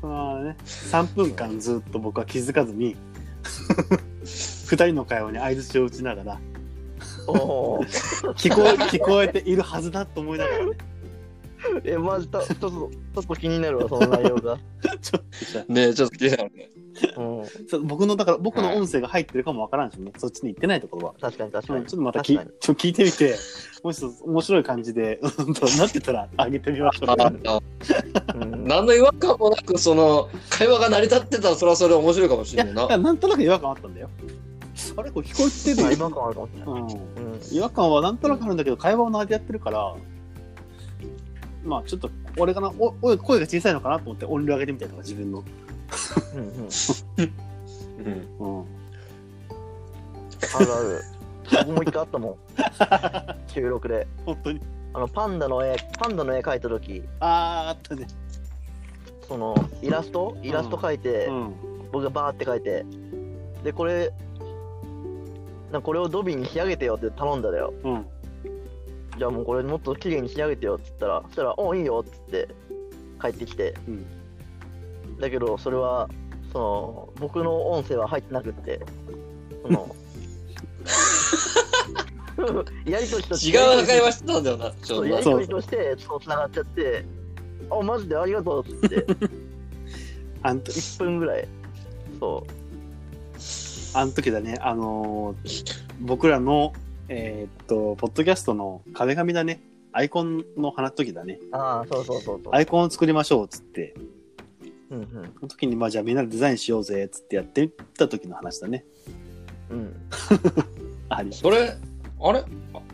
Speaker 1: そのね、3分間ずっと僕は気づかずに2人の会話に相づちを打ちながら
Speaker 2: おー
Speaker 1: 聞 こえ聞こえているはずだと思いながらね
Speaker 2: え、まじ、た、ちょっと、ちょっと気になるわ、その内容 が。
Speaker 1: ちょっとさ
Speaker 3: ねちょっと気になる ね。
Speaker 2: うん、
Speaker 1: そう僕のだから僕の音声が入ってるかもわからんしねそっちに行ってないところは。
Speaker 2: 確かに、確
Speaker 1: う
Speaker 2: か
Speaker 1: ん
Speaker 2: に。
Speaker 1: ちょっとまたきちょっ
Speaker 2: 確か
Speaker 1: と聞いてみてもし面白い感じでうんとなってたら上げてみましょう
Speaker 3: ああ
Speaker 2: に うん
Speaker 3: 何の違和感もなく、その、会話が成り立ってたら、それはそれで面白いかもし
Speaker 1: いや
Speaker 3: れない
Speaker 1: だ
Speaker 3: な
Speaker 1: から。なんとなく違和感あったんだよ。あれこれ聞こえて
Speaker 2: まあ
Speaker 1: る
Speaker 2: 違和感あるかもしれない。
Speaker 1: うん、
Speaker 2: うん、
Speaker 1: 違和感はなんとなくあるんだけど、会話をなでやってるから、まあちょっと俺かなおお声が小さいのかなと思って音量上げてみたりとか自分の。
Speaker 2: うん、うん、
Speaker 3: うん
Speaker 1: うん、
Speaker 2: あるある。僕も一回あっ たもん。収録で、
Speaker 1: 本当に。
Speaker 2: あのパンダの絵、パンダの絵描いた時、
Speaker 1: あーあったね。
Speaker 2: そのイラスト、イラスト描いて、
Speaker 1: うん。
Speaker 2: 僕がバーって描いて。で、これ、なんかこれをドビーに仕上げてよって頼んだだよ。
Speaker 1: うん。
Speaker 2: じゃあもうこれもっと綺麗に仕上げてよって言ったら、そしたら、おういいよって言って帰ってきて、
Speaker 1: うん
Speaker 2: だけどそれは、その、僕の音声は入ってなくって、その、やりとりと
Speaker 3: 違う会話してたんだよな、ち
Speaker 2: そ
Speaker 3: ょ
Speaker 2: ううや
Speaker 3: どな
Speaker 2: り
Speaker 1: そう
Speaker 2: とりとして、そう繋がっちゃって、あ、マジでありがとうって言って、
Speaker 1: あんと
Speaker 2: 1分ぐらい、そ
Speaker 1: あの時だね、あのー僕らの、えーっと、ポッドキャストの壁紙だね、アイコンの話の時だね、
Speaker 2: う、ああ、そうそうそうそう。
Speaker 1: アイコンを作りましょうっつって、
Speaker 2: うんうん
Speaker 1: その時に、まあじゃあみんなでデザインしようぜっつってやってみた時の話だね。
Speaker 2: うん、
Speaker 1: あり
Speaker 3: それ、あれ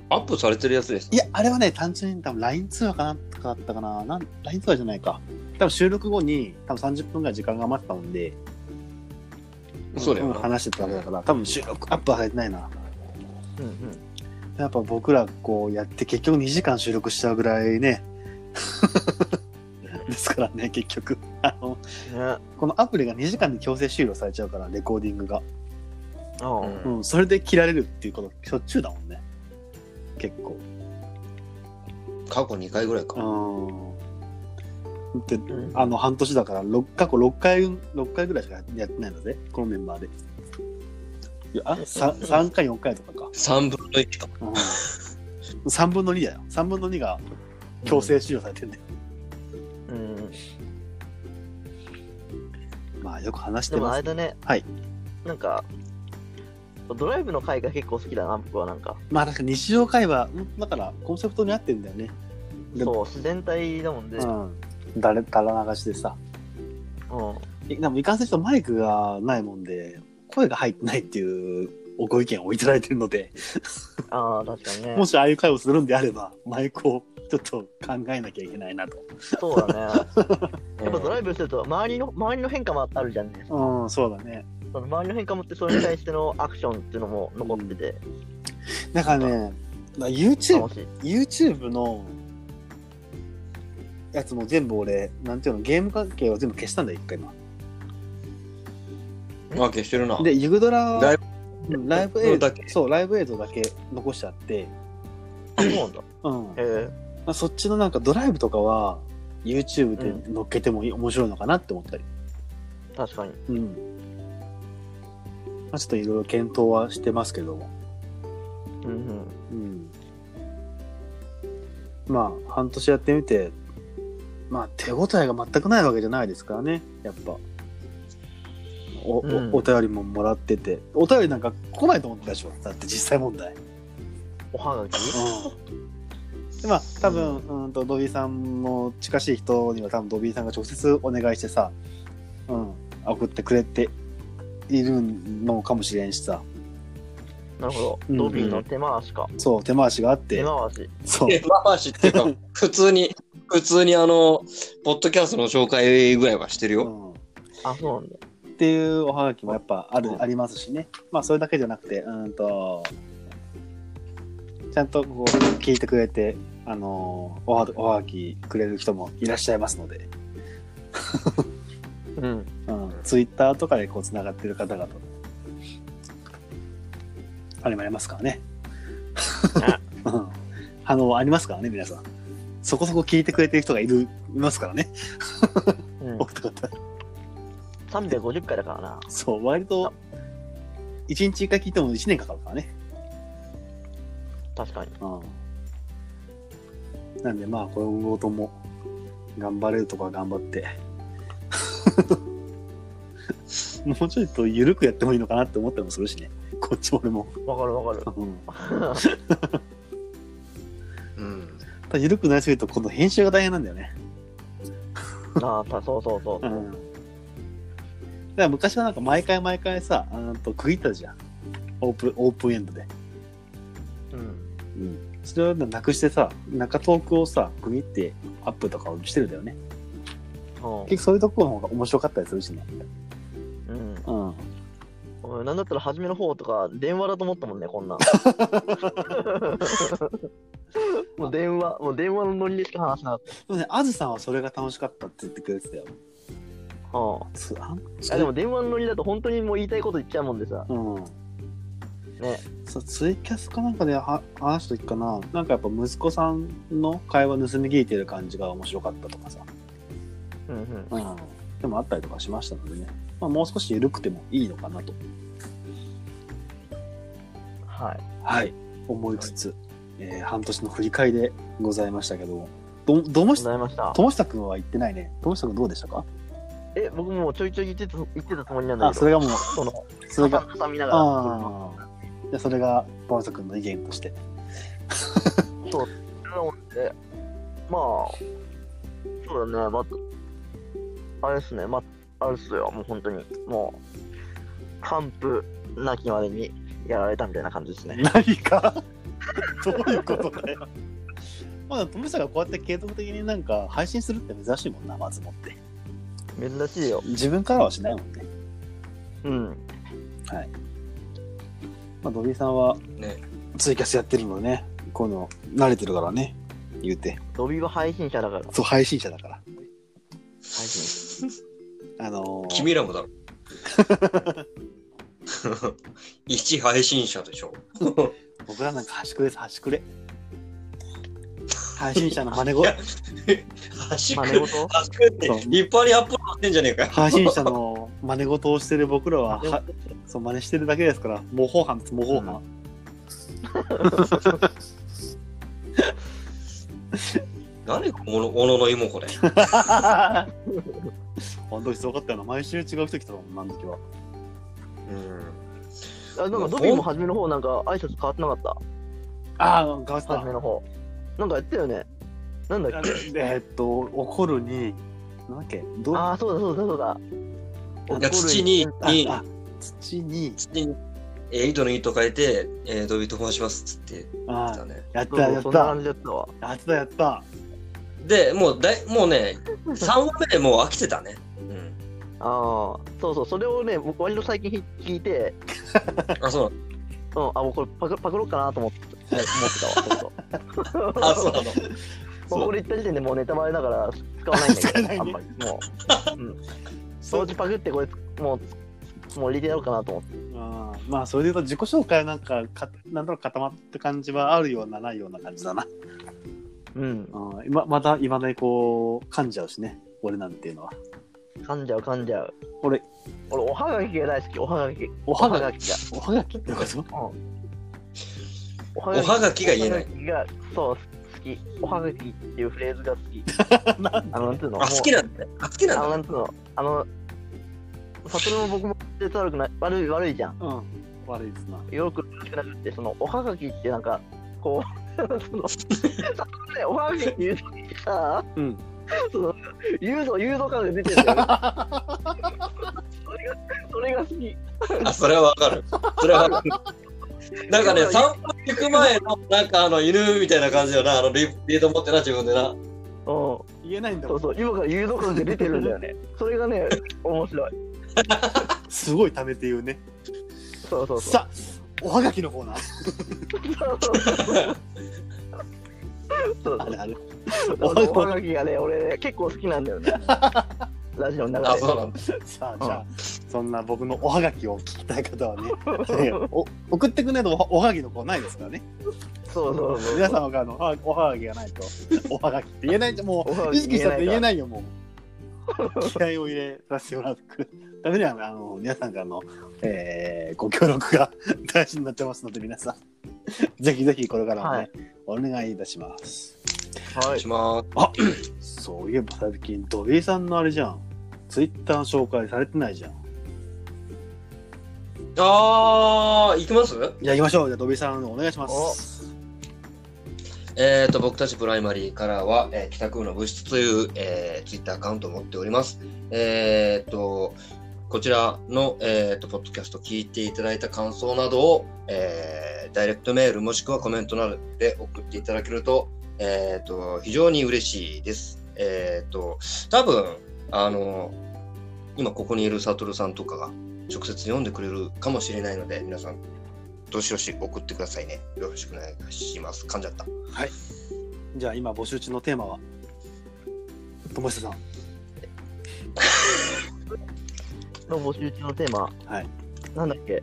Speaker 3: あアップされてるやつです
Speaker 1: いや、あれはね、単純に多分 LINE 通話かなとかだったかな。なん LINE 通話じゃないか。多分収録後に多分30分ぐらい時間が余ってたんで、
Speaker 3: そうだよ
Speaker 1: ん
Speaker 3: な。
Speaker 1: 話してたわけだから、多分収録アップはされてないな。
Speaker 2: うんうん
Speaker 1: やっぱ僕らこうやって結局2時間収録したぐらいね。 ですからね、結局。あの、
Speaker 2: ね
Speaker 1: このアプリが2時間で強制終了されちゃうから、レコーディングが。
Speaker 2: う
Speaker 3: うん
Speaker 2: ん
Speaker 1: うん、それで切られるっていうことしょっちゅうだもんね。結構。
Speaker 3: 過去2回ぐらいか。
Speaker 1: うん。で、
Speaker 2: うん
Speaker 1: あの、半年だから、ろ過去6回、6回ぐらいしかやってないので、このメンバーで。いや、あ、さ3回、4回とかか。
Speaker 3: 3分の1か。
Speaker 1: うん、3分の2だよ。3分の2が強制終了されてんだよ。
Speaker 2: うん
Speaker 1: まあ、よく話し
Speaker 2: で
Speaker 1: て
Speaker 2: もあ
Speaker 1: ま
Speaker 2: れ
Speaker 1: す。
Speaker 2: だね、
Speaker 1: はい
Speaker 2: なんか、ドライブの回が結構好きだな、僕はなんか。
Speaker 1: まあ、なんか日常会話、うんだから、コンセプトに合ってんだよね。で
Speaker 2: そう、自然体だもんで、
Speaker 1: う
Speaker 2: うん
Speaker 1: ん。誰、たら流しでさ。いでも、いかんせんちょっとマイクがないもんで、声が入ってないっていうご意見をいただいてるので、
Speaker 2: ああ、確かにね
Speaker 1: も。しああいう会をするんであれば、マイクをちょっと考えなきゃいけないなと。
Speaker 2: そうだ ね。
Speaker 3: や
Speaker 2: やっぱドライブしてると、周りの、周りの変化もあるじゃんね。
Speaker 1: うん、そうだね。
Speaker 2: その周りの変化もって、それに対してのアクションっていうのも残ってて、
Speaker 1: だからね、だから YouTube,
Speaker 2: 楽しい。
Speaker 1: YouTube のやつも全部俺、なんていうの、ゲーム関係を全部消したんだよ、一回今。
Speaker 3: あ、消してるな。
Speaker 1: で、ユグドラ
Speaker 3: ライ
Speaker 1: うんライブ映像
Speaker 3: だけ
Speaker 1: そう、ライブ映像だけ残しちゃって、
Speaker 2: そうなんだ。
Speaker 1: うん。
Speaker 2: へえ
Speaker 1: まあそっちのなんかドライブとかは、YouTube で乗っけてもいい面白いのかなって思ったり。
Speaker 2: 確かに。
Speaker 1: うん。まあ、ちょっといろいろ検討はしてますけども。
Speaker 2: うんうん。
Speaker 1: うん。まあ、半年やってみて、まあ、手応えが全くないわけじゃないですからね、やっぱ。お、お
Speaker 2: うん
Speaker 1: お便りももらってて、お便りなんか来ないと思ってたでしょ、だって実際問題。
Speaker 2: おはがき
Speaker 1: うん。でまあ、多分、うんと、ドビーさんの近しい人には、多分ドビーさんが直接お願いしてさ、うん、送ってくれているのかもしれんしさ、
Speaker 2: なるほ
Speaker 1: うん
Speaker 2: ど。ドビーの手回しか。
Speaker 1: そう、手回しがあっ
Speaker 2: 手
Speaker 1: て、
Speaker 2: 回し。
Speaker 1: そう、
Speaker 3: 手回しっていう か、普通に、普通にあの、ポッドキャストの紹介ぐらいはしてる
Speaker 1: う
Speaker 3: よ。
Speaker 1: ん、
Speaker 2: あ、そうなんだ。
Speaker 1: っていうおはがきもやっぱある、
Speaker 3: うん
Speaker 1: ありますしね。まあそれだけじゃなくて、うんと、ちゃんとこう聞いてくれて、あのおは、おはがきくれる人もいらっしゃいますので、
Speaker 2: うん。
Speaker 1: うん、ツイッターとかでこう繋がってる方々と、あれもありますからね。 うんあの、ありますからね、皆さん。そこそこ聞いてくれてる人がいる、いますからね。
Speaker 2: うん
Speaker 1: お、二方
Speaker 2: 350回だからな。
Speaker 1: そう、割と、一日一回聞いても一年かかるからね。
Speaker 2: 確かに。
Speaker 1: うんなんでまあ今後とも頑張れるとか頑張って もうちょっと緩くやってもいいのかなって思ったりもするしねこっち俺も、
Speaker 2: わかるわかる。
Speaker 1: うん、
Speaker 3: うん。
Speaker 1: ただ緩くなりすぎると今度編集が大変なんだよね、
Speaker 2: ああ、たそうそうそうう。
Speaker 1: ん、だから昔はなんか毎回毎回さうんと区切ったじゃんオープンオープンエンドで、
Speaker 2: う
Speaker 1: う
Speaker 2: ん。
Speaker 1: ん、それをなくしてさ中トークをさ区切ってアップとかをしてるんだよね
Speaker 2: うん
Speaker 1: 結局そういうとこの方が面白かったりするしね
Speaker 2: うん。
Speaker 1: うん
Speaker 2: 俺なんだったら初めの方とか電話だと思ったもんねこ んなんもう電話もう電話のノリでしか話しなかっ
Speaker 1: でもね、あずさんはそれが楽しかったって言ってくれてたよ。
Speaker 2: た、うん
Speaker 1: つあん
Speaker 2: あでも電話のノリだと本当にもう言いたいこと言っちゃうもんでさ
Speaker 1: うん。
Speaker 2: ね。
Speaker 1: そうツイキャスかなんかでは話した時かななんかやっぱ息子さんの会話盗み聞いてる感じが面白かったとかさ、
Speaker 2: うんうん。
Speaker 1: うん、でもあったりとかしましたのでね、まあ、もう少し緩くてもいいのかなと、
Speaker 2: はい。
Speaker 1: はい、思いつつ、えー半年の振り返りでございましたけどもどども
Speaker 2: ご
Speaker 1: し
Speaker 2: ざいました。
Speaker 1: 友下君は行ってないね友下君どうでしたか
Speaker 2: え、僕もうちょいちょい言ってた言ってたつもりなんだ
Speaker 1: あ
Speaker 2: け
Speaker 1: そ
Speaker 2: ど、
Speaker 1: れがもう
Speaker 2: その、
Speaker 1: それ が
Speaker 2: 挟みながら、
Speaker 1: ああじゃあそれが友下君の意見として
Speaker 2: なので、まあ、そうだね、まあ、あれですね、まあ、あれっすよ、もう本当に、もう、完膚なきまでにやられたみたいな感じですね。
Speaker 1: 何か どういうことだよまだ友下がこうやって継続的になんか配信するって珍しいもんな松本って
Speaker 2: 珍しいよ。
Speaker 1: 自分からはしないもんね、
Speaker 2: うん。
Speaker 1: まあ、ドビーさんは
Speaker 3: ね
Speaker 1: ツイキャスやってるのでねこういうの慣れてるからね言うて
Speaker 2: ドビーは配信者だから、配
Speaker 1: そう配信者だから
Speaker 2: 信者。
Speaker 1: あのー
Speaker 3: 君らもだ ろ。一配信者でしょ。
Speaker 1: 僕らなんか端くれです端くれ配信者の真似ご
Speaker 3: いや端く
Speaker 2: 真
Speaker 3: れ
Speaker 2: 似事
Speaker 3: 端くれって
Speaker 1: そう
Speaker 3: 立派にアップロードしてんじゃねえかよ。
Speaker 1: 配信者の真似事をしてる僕らは
Speaker 2: 真似
Speaker 1: はそう真似してるだけですから模倣犯です模倣犯、
Speaker 3: 何この小野の妹子で。
Speaker 1: あの時すごかったよな毎週違う人来たもんなあの時は
Speaker 3: うん
Speaker 2: あなんかドビーも初めの方なんか挨拶変わってなかっ
Speaker 1: ああガス
Speaker 2: た。初めの方。なんかやったよね。なんだっけ
Speaker 1: えーっと怒るになんだっけど
Speaker 2: ああ、そうだそうだそうだ。
Speaker 3: いや土に
Speaker 2: 怒る
Speaker 3: に
Speaker 1: あ土に
Speaker 3: 土にえー井戸の井と書いて、えー、ドビーと申しますっつって言って
Speaker 1: あ
Speaker 3: たね。
Speaker 1: やっ
Speaker 2: そう
Speaker 1: たやっ
Speaker 2: そんな
Speaker 1: た
Speaker 2: 感じだったわ。
Speaker 1: やったやった
Speaker 3: で、もうだいもう ね、3話目でもう飽きてたね。うん、
Speaker 2: ああ、そうそう、それをね、僕割と最近ひ聞いて、
Speaker 3: あ、そ
Speaker 2: う
Speaker 3: う
Speaker 2: ん、あ、もうこれパクパクろうかなと思って、ね思ってたわ、そうそう。
Speaker 3: あそうなの。
Speaker 2: もうこれ言った時点でもうネタバレだから使わないんだけど、
Speaker 1: 使
Speaker 2: あ
Speaker 1: わなんい
Speaker 2: ま
Speaker 1: ね
Speaker 2: り。もう、うん。当時パクってこれ、もう、もう入れてやろうかなと思って。
Speaker 1: あーまあそれで言うと自己紹介はなんかかなんとなく固まった感じはあるようなないような感じだな、
Speaker 2: うん。
Speaker 1: うん、ままだいまだにこう噛んじゃうしね俺なんていうのは
Speaker 2: 噛んじゃう噛んじゃう。
Speaker 1: 俺
Speaker 2: 俺、おはがきが大好き、おはがき。
Speaker 1: おはがき
Speaker 2: きが。
Speaker 1: おはがきってこと
Speaker 2: お
Speaker 3: お
Speaker 2: は
Speaker 3: はがきが言えない。
Speaker 2: い。が、そう、好き。おはがきっていうフレーズが好 き。
Speaker 1: なん
Speaker 2: あの、なんていうの
Speaker 3: あ、好きなんだ。あ、好きな
Speaker 2: あの、
Speaker 3: んだ。
Speaker 2: なんつうの、あの、サトルも僕も絶対悪くない、悪い、悪いじゃん。
Speaker 1: うん悪いですな
Speaker 2: よく悪くなくって、その、おはがきってなんか、こう、その、サトルね、おはがきって言うときにさ、
Speaker 1: うん
Speaker 2: その、誘導、誘導感が出てるんだよ。それが、それが好き。
Speaker 3: あ、それはわかる。それは わかる。なんかね、散歩行く前の、なんかあの、犬みたいな感じよな、あの、リリード持ってな、自分でな。
Speaker 2: う
Speaker 1: 言えないんだ
Speaker 2: ん。そ
Speaker 1: も
Speaker 2: うんそう、今から誘導感が出てるんだよね。それがね、面白い。
Speaker 1: すごいためて言うね
Speaker 2: そうそうそう。
Speaker 1: さあおはがきのコーナー
Speaker 2: そうそうそうそう
Speaker 1: あれあれ
Speaker 2: おはがきがね、俺ね、結構好きなんだよね。ラジオの中
Speaker 3: あ、
Speaker 2: で。
Speaker 3: そうなんだ。
Speaker 1: さあじゃあそんな僕のおはがきを聞きたい方 はねお送ってくれないとおおはがきのコーナーないですからね
Speaker 2: そうそうそう。
Speaker 1: 皆さんわかるのおはおはがきがないとおはがきって言えないじゃも
Speaker 2: おはが
Speaker 1: う
Speaker 2: き
Speaker 1: 意識したって言えないよもう
Speaker 2: 言えない
Speaker 1: 気合を入れさせてもらうためにはあの皆さんからの、えーご協力が 大事になってますので皆さんぜひぜひこれからもね、
Speaker 2: はい
Speaker 1: お願いいたします
Speaker 2: は
Speaker 3: お願いします。
Speaker 1: そういえば最近ドビーさんのあれじゃんツイッターの紹介されてないじゃん
Speaker 3: あー、行きます
Speaker 1: じゃあ行きましょうじゃあドビーさんお願いします
Speaker 3: えー、と僕たちプライマリーからは、えー北空の物質という、えー、ツイッターアカウントを持っております。えー、とこちらの、えー、とポッドキャスト聞いていただいた感想などを、えーダイレクトメールもしくはコメントなどで送っていただけると,、えー、と非常に嬉しいです。えー、と多分あの今ここにいるサトルさんとかが直接読んでくれるかもしれないので皆さんどしどし送ってくださいね。よろしくお願いします。噛んじゃった。
Speaker 1: じゃあ今募集中のテーマは友下さん
Speaker 2: い。の募集中のテーマ、
Speaker 1: はい
Speaker 2: なんだっけ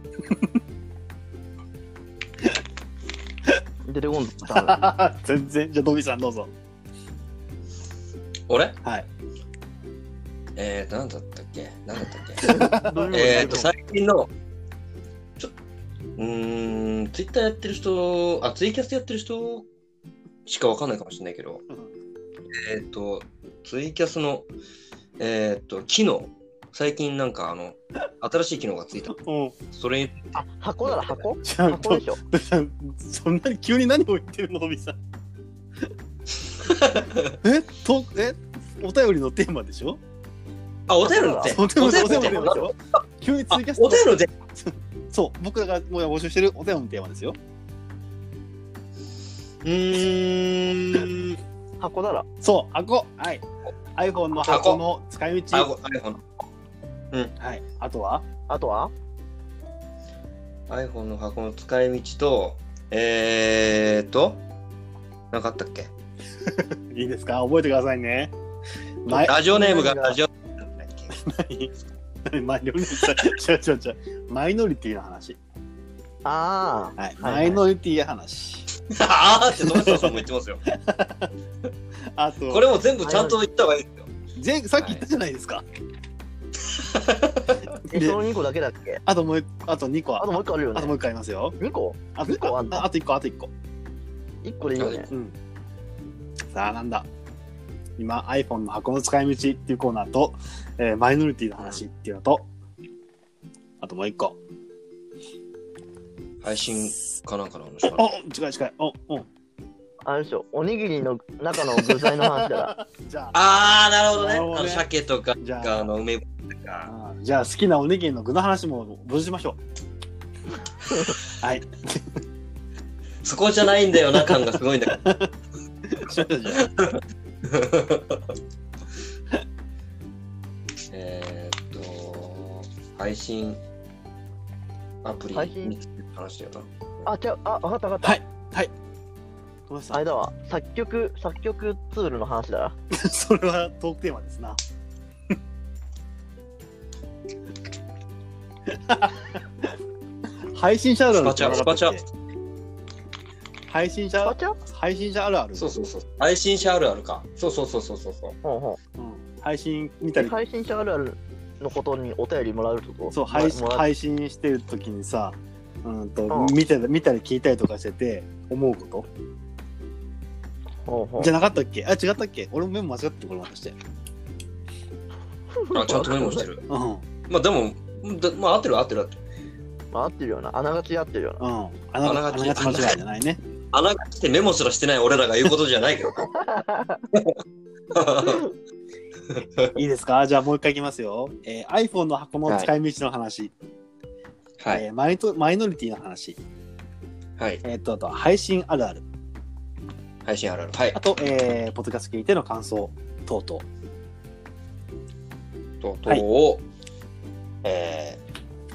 Speaker 2: テレコンドさ ん。
Speaker 1: 全然。じゃあ、ドビーさんどうぞ。
Speaker 3: 俺
Speaker 1: はい。
Speaker 3: えーと、なんだったっけなんだ ったっ
Speaker 1: ドビー
Speaker 3: けえーと、最近の、ちょ、うーん、ツイッターやってる人、あ、ツイキャスやってる人しかわかんないかもしれないけど、えーと、ツイキャスの、えーと、機能。最近なんかあの、新しい機能がついた。
Speaker 1: うん。
Speaker 3: それに、
Speaker 2: あ、箱なら箱
Speaker 1: じゃあ、
Speaker 2: 箱
Speaker 1: ド
Speaker 2: でしょ。
Speaker 1: ドビーさん、そんなに急に何を言ってるの、ドビーさん。 えと、えお便りのテーマでしょ
Speaker 3: あ、お便りのテーマ
Speaker 1: お便りのテーマでし
Speaker 2: お
Speaker 1: ょ急に
Speaker 3: あ
Speaker 1: 追加
Speaker 3: お便りのテーマ
Speaker 1: そう、僕らがもう募集してるお便りのテーマですよ。
Speaker 3: うーん。
Speaker 2: 箱なら。
Speaker 1: そう、箱。はい。iPhone の箱の使い
Speaker 3: あ、
Speaker 1: 道。
Speaker 3: ご iPhone。
Speaker 1: はい。あとは
Speaker 2: あとは
Speaker 3: iPhone の箱の使い道と、えーと、なんかあったっけ
Speaker 1: いいですか覚えてくださいね。前、
Speaker 3: ラジオネームが
Speaker 2: 何が
Speaker 3: ラジオ
Speaker 1: 何 何マイノリティ違う違う違う。マイノリティの話。
Speaker 2: あ
Speaker 1: はい。
Speaker 2: はい
Speaker 1: マイノリティの話。
Speaker 3: あーって友達さんも言ってます よ。
Speaker 1: あと、
Speaker 3: これも全部ちゃんと言った方がいいですよ。
Speaker 1: 前さっき言ったじゃないです か。
Speaker 2: あ。え、
Speaker 1: で
Speaker 2: その2個だけだっけ
Speaker 1: あともう、あと2個
Speaker 2: あ
Speaker 1: は
Speaker 2: と。もう1個あるよ
Speaker 1: あと
Speaker 2: ね
Speaker 1: も。う一個ありますよ。
Speaker 2: 2個
Speaker 1: あと
Speaker 2: 二個あんの
Speaker 1: ああと1個、あと1個。
Speaker 2: ?1 個でいいよね。
Speaker 1: うん。さあ、なんだ今、iPhone の箱の使い道っていうコーナーと、えーマイノリティの話っていうのと、あともう一個。
Speaker 3: 配信かなんかの話かな
Speaker 1: お近い近い。おお
Speaker 2: あれでしょ。おにぎりの中の具材の話だから。
Speaker 1: じゃあ、
Speaker 3: あー、なるほど
Speaker 1: な
Speaker 3: ね。
Speaker 1: るほどね
Speaker 3: あの鮭とか、
Speaker 1: じゃあ
Speaker 3: あの梅干しとか。
Speaker 1: あーじゃあ好きなおにぎりの具の話も無事しまし ょう。はい。
Speaker 3: そこじゃないんだよな、感がすごいんだけど。
Speaker 1: しましょうじゃあ
Speaker 3: えーっと、配信アプリ
Speaker 2: 配信
Speaker 3: についての話だよ な。
Speaker 2: あ、違う。あ、わかったわかった。
Speaker 1: ごめんな
Speaker 2: あ
Speaker 1: さ
Speaker 2: れだわ。作曲、作曲ツールの話だ。
Speaker 1: い。 それはトークテーマですな。 配信者あるあるって言わなかったっけ
Speaker 3: ス
Speaker 1: 配信
Speaker 2: パ
Speaker 1: 者
Speaker 2: チャ
Speaker 1: 配信者あるある
Speaker 3: そうそうそう。配信者あるあるか。そうそうそうそうそうそう。
Speaker 2: ほうほ
Speaker 1: うん、配信見た
Speaker 2: う。
Speaker 1: り
Speaker 2: 配信者あるあるのことにお便りもらうってこと
Speaker 1: そう配信
Speaker 2: もら
Speaker 1: 配信してる時にさ、うんと
Speaker 2: うん
Speaker 1: 見て見たり聞いたりとかしてて思うこ
Speaker 2: ほうほ
Speaker 1: と
Speaker 2: う
Speaker 1: じゃなかったっけあ違ったっけ俺もメモ間違ってこれまして、
Speaker 3: あ、ちゃんとメモしてる。
Speaker 1: うんうん、
Speaker 3: まあでも、だまあ合ってる合ってる合ってる。
Speaker 2: まあ合ってるよな。あながち合ってるよな。
Speaker 1: あの
Speaker 3: あな
Speaker 1: あ
Speaker 3: がち
Speaker 1: ながち間違いじゃない ね
Speaker 3: 穴が来てメモすらしてない俺らが言うことじゃない けど。
Speaker 1: いいですかじゃあもう一回いきますよ、えー iPhone の箱の使い道の話、
Speaker 3: はい。
Speaker 1: えーマイトマイノリティの話、
Speaker 3: はい。
Speaker 1: えー、とあとは配信あるある
Speaker 3: 配信あるある。はい
Speaker 1: あ。と、えーポッドキャスト聞いての感想等々
Speaker 3: とうと
Speaker 1: はいう
Speaker 3: を、えー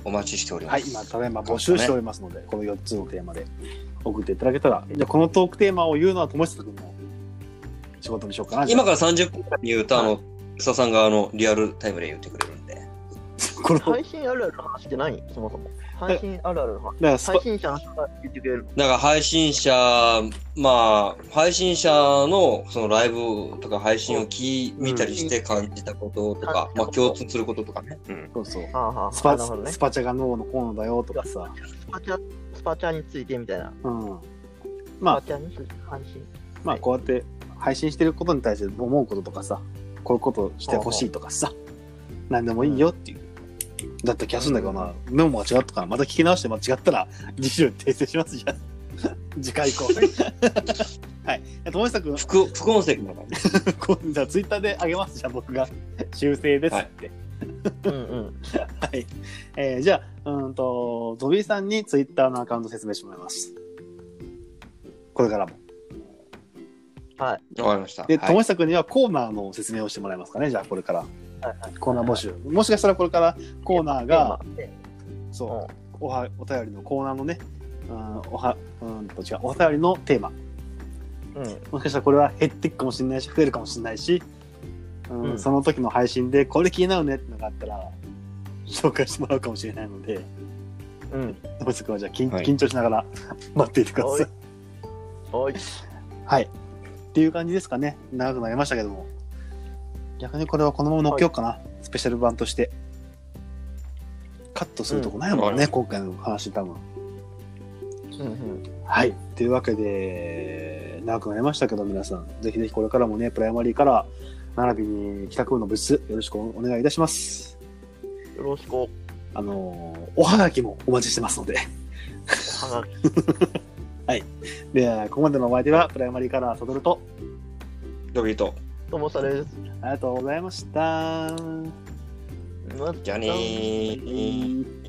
Speaker 3: お待ちしておりま
Speaker 1: はい、
Speaker 3: す。
Speaker 1: 今、ただいま募集しておりますので、この4つのテーマで送っていただけたら、じゃあこのトークテーマを言うのは友下君の仕事にしようかな。
Speaker 3: 今
Speaker 1: か
Speaker 3: から30分間に言うと、あの、草さんがあの、リアルタイムで言ってくれるんで。
Speaker 1: ら、この、 だか
Speaker 2: 配信あるあるの話って何そもそも。配信あるあるの話。
Speaker 1: らスパ
Speaker 2: 配信者の人が言ってくれるの。
Speaker 3: だから配信者、まあ、配信者のそのライブとか配信を聞い、
Speaker 1: うん
Speaker 3: 見たりして感じたこととか
Speaker 2: う、ん
Speaker 3: まあ共通することとかね。うん。
Speaker 1: そうそう
Speaker 2: はあはあ、
Speaker 1: スパ
Speaker 2: なるほどね
Speaker 1: ス。パチャが脳のコーナーだよとかさ、
Speaker 2: スパチャ、スパチャについてみたいな。
Speaker 1: うん、
Speaker 2: ス
Speaker 1: まあ
Speaker 2: パチャについて配信。
Speaker 1: まあこうやって配信してることに対して思うこととかさ、こういうことしてほしいとかさ、何でもいいよっていう。だった気がするんだけどな、メモが違ったから、また聞き直して間違ったら、次週訂正しますじゃん。 次回以 降。はい。友下君、
Speaker 3: 副、副音声みたいな感じ。
Speaker 1: こうじゃあツイッターであげますじゃあ僕が修正ですって
Speaker 2: うんうん。
Speaker 1: はい、えーじゃあうーんとゾビーさんにツイッターのアカウント説明してもらいますこれからも
Speaker 3: わかりました。
Speaker 1: で、
Speaker 3: はい
Speaker 1: 友久君にはコーナーの説明をしてもらえますかねじゃあこれから
Speaker 2: はいはい
Speaker 1: コーナー募集もしかしたらこれからコーナーが
Speaker 2: テーマ
Speaker 1: そうおはお便りのコーナーのねうんおはうーんと違うお便りのテーマ
Speaker 2: うんうん。
Speaker 1: もしかしたらこれは減っていくかもしれないし増えるかもしれないし、うん
Speaker 2: うん
Speaker 1: その時の配信でこれ気になるねってのがあったら 紹介してもらうかもしれないので
Speaker 2: うん。
Speaker 1: もしくはじゃあ緊,、
Speaker 3: はい
Speaker 1: 緊張しながら 待っていてくだ
Speaker 2: は
Speaker 1: さい。
Speaker 2: はい。
Speaker 1: はい。っていう感じですかね。長くなりましたけども。逆にこれはこのまま乗っけようかな。スペシャル版として。カットするとこないもんね、
Speaker 3: うん
Speaker 1: 今回の話多分。
Speaker 2: うんうん
Speaker 1: はい。というわけで、長くなりましたけど、皆さん、ぜひぜひこれからもね、プライマリーから、並びに帰宅部の部室、よろしくお願いいたします。
Speaker 2: よろしくお
Speaker 1: あのーおはがきもお待ちしてますので。
Speaker 2: はがき
Speaker 1: では、ここまでのお相手は、プライマリーカラー悟ると、
Speaker 3: ロビーと。
Speaker 2: ともされる。
Speaker 1: ありがとうございました。
Speaker 2: また
Speaker 3: じゃあねー。
Speaker 1: えー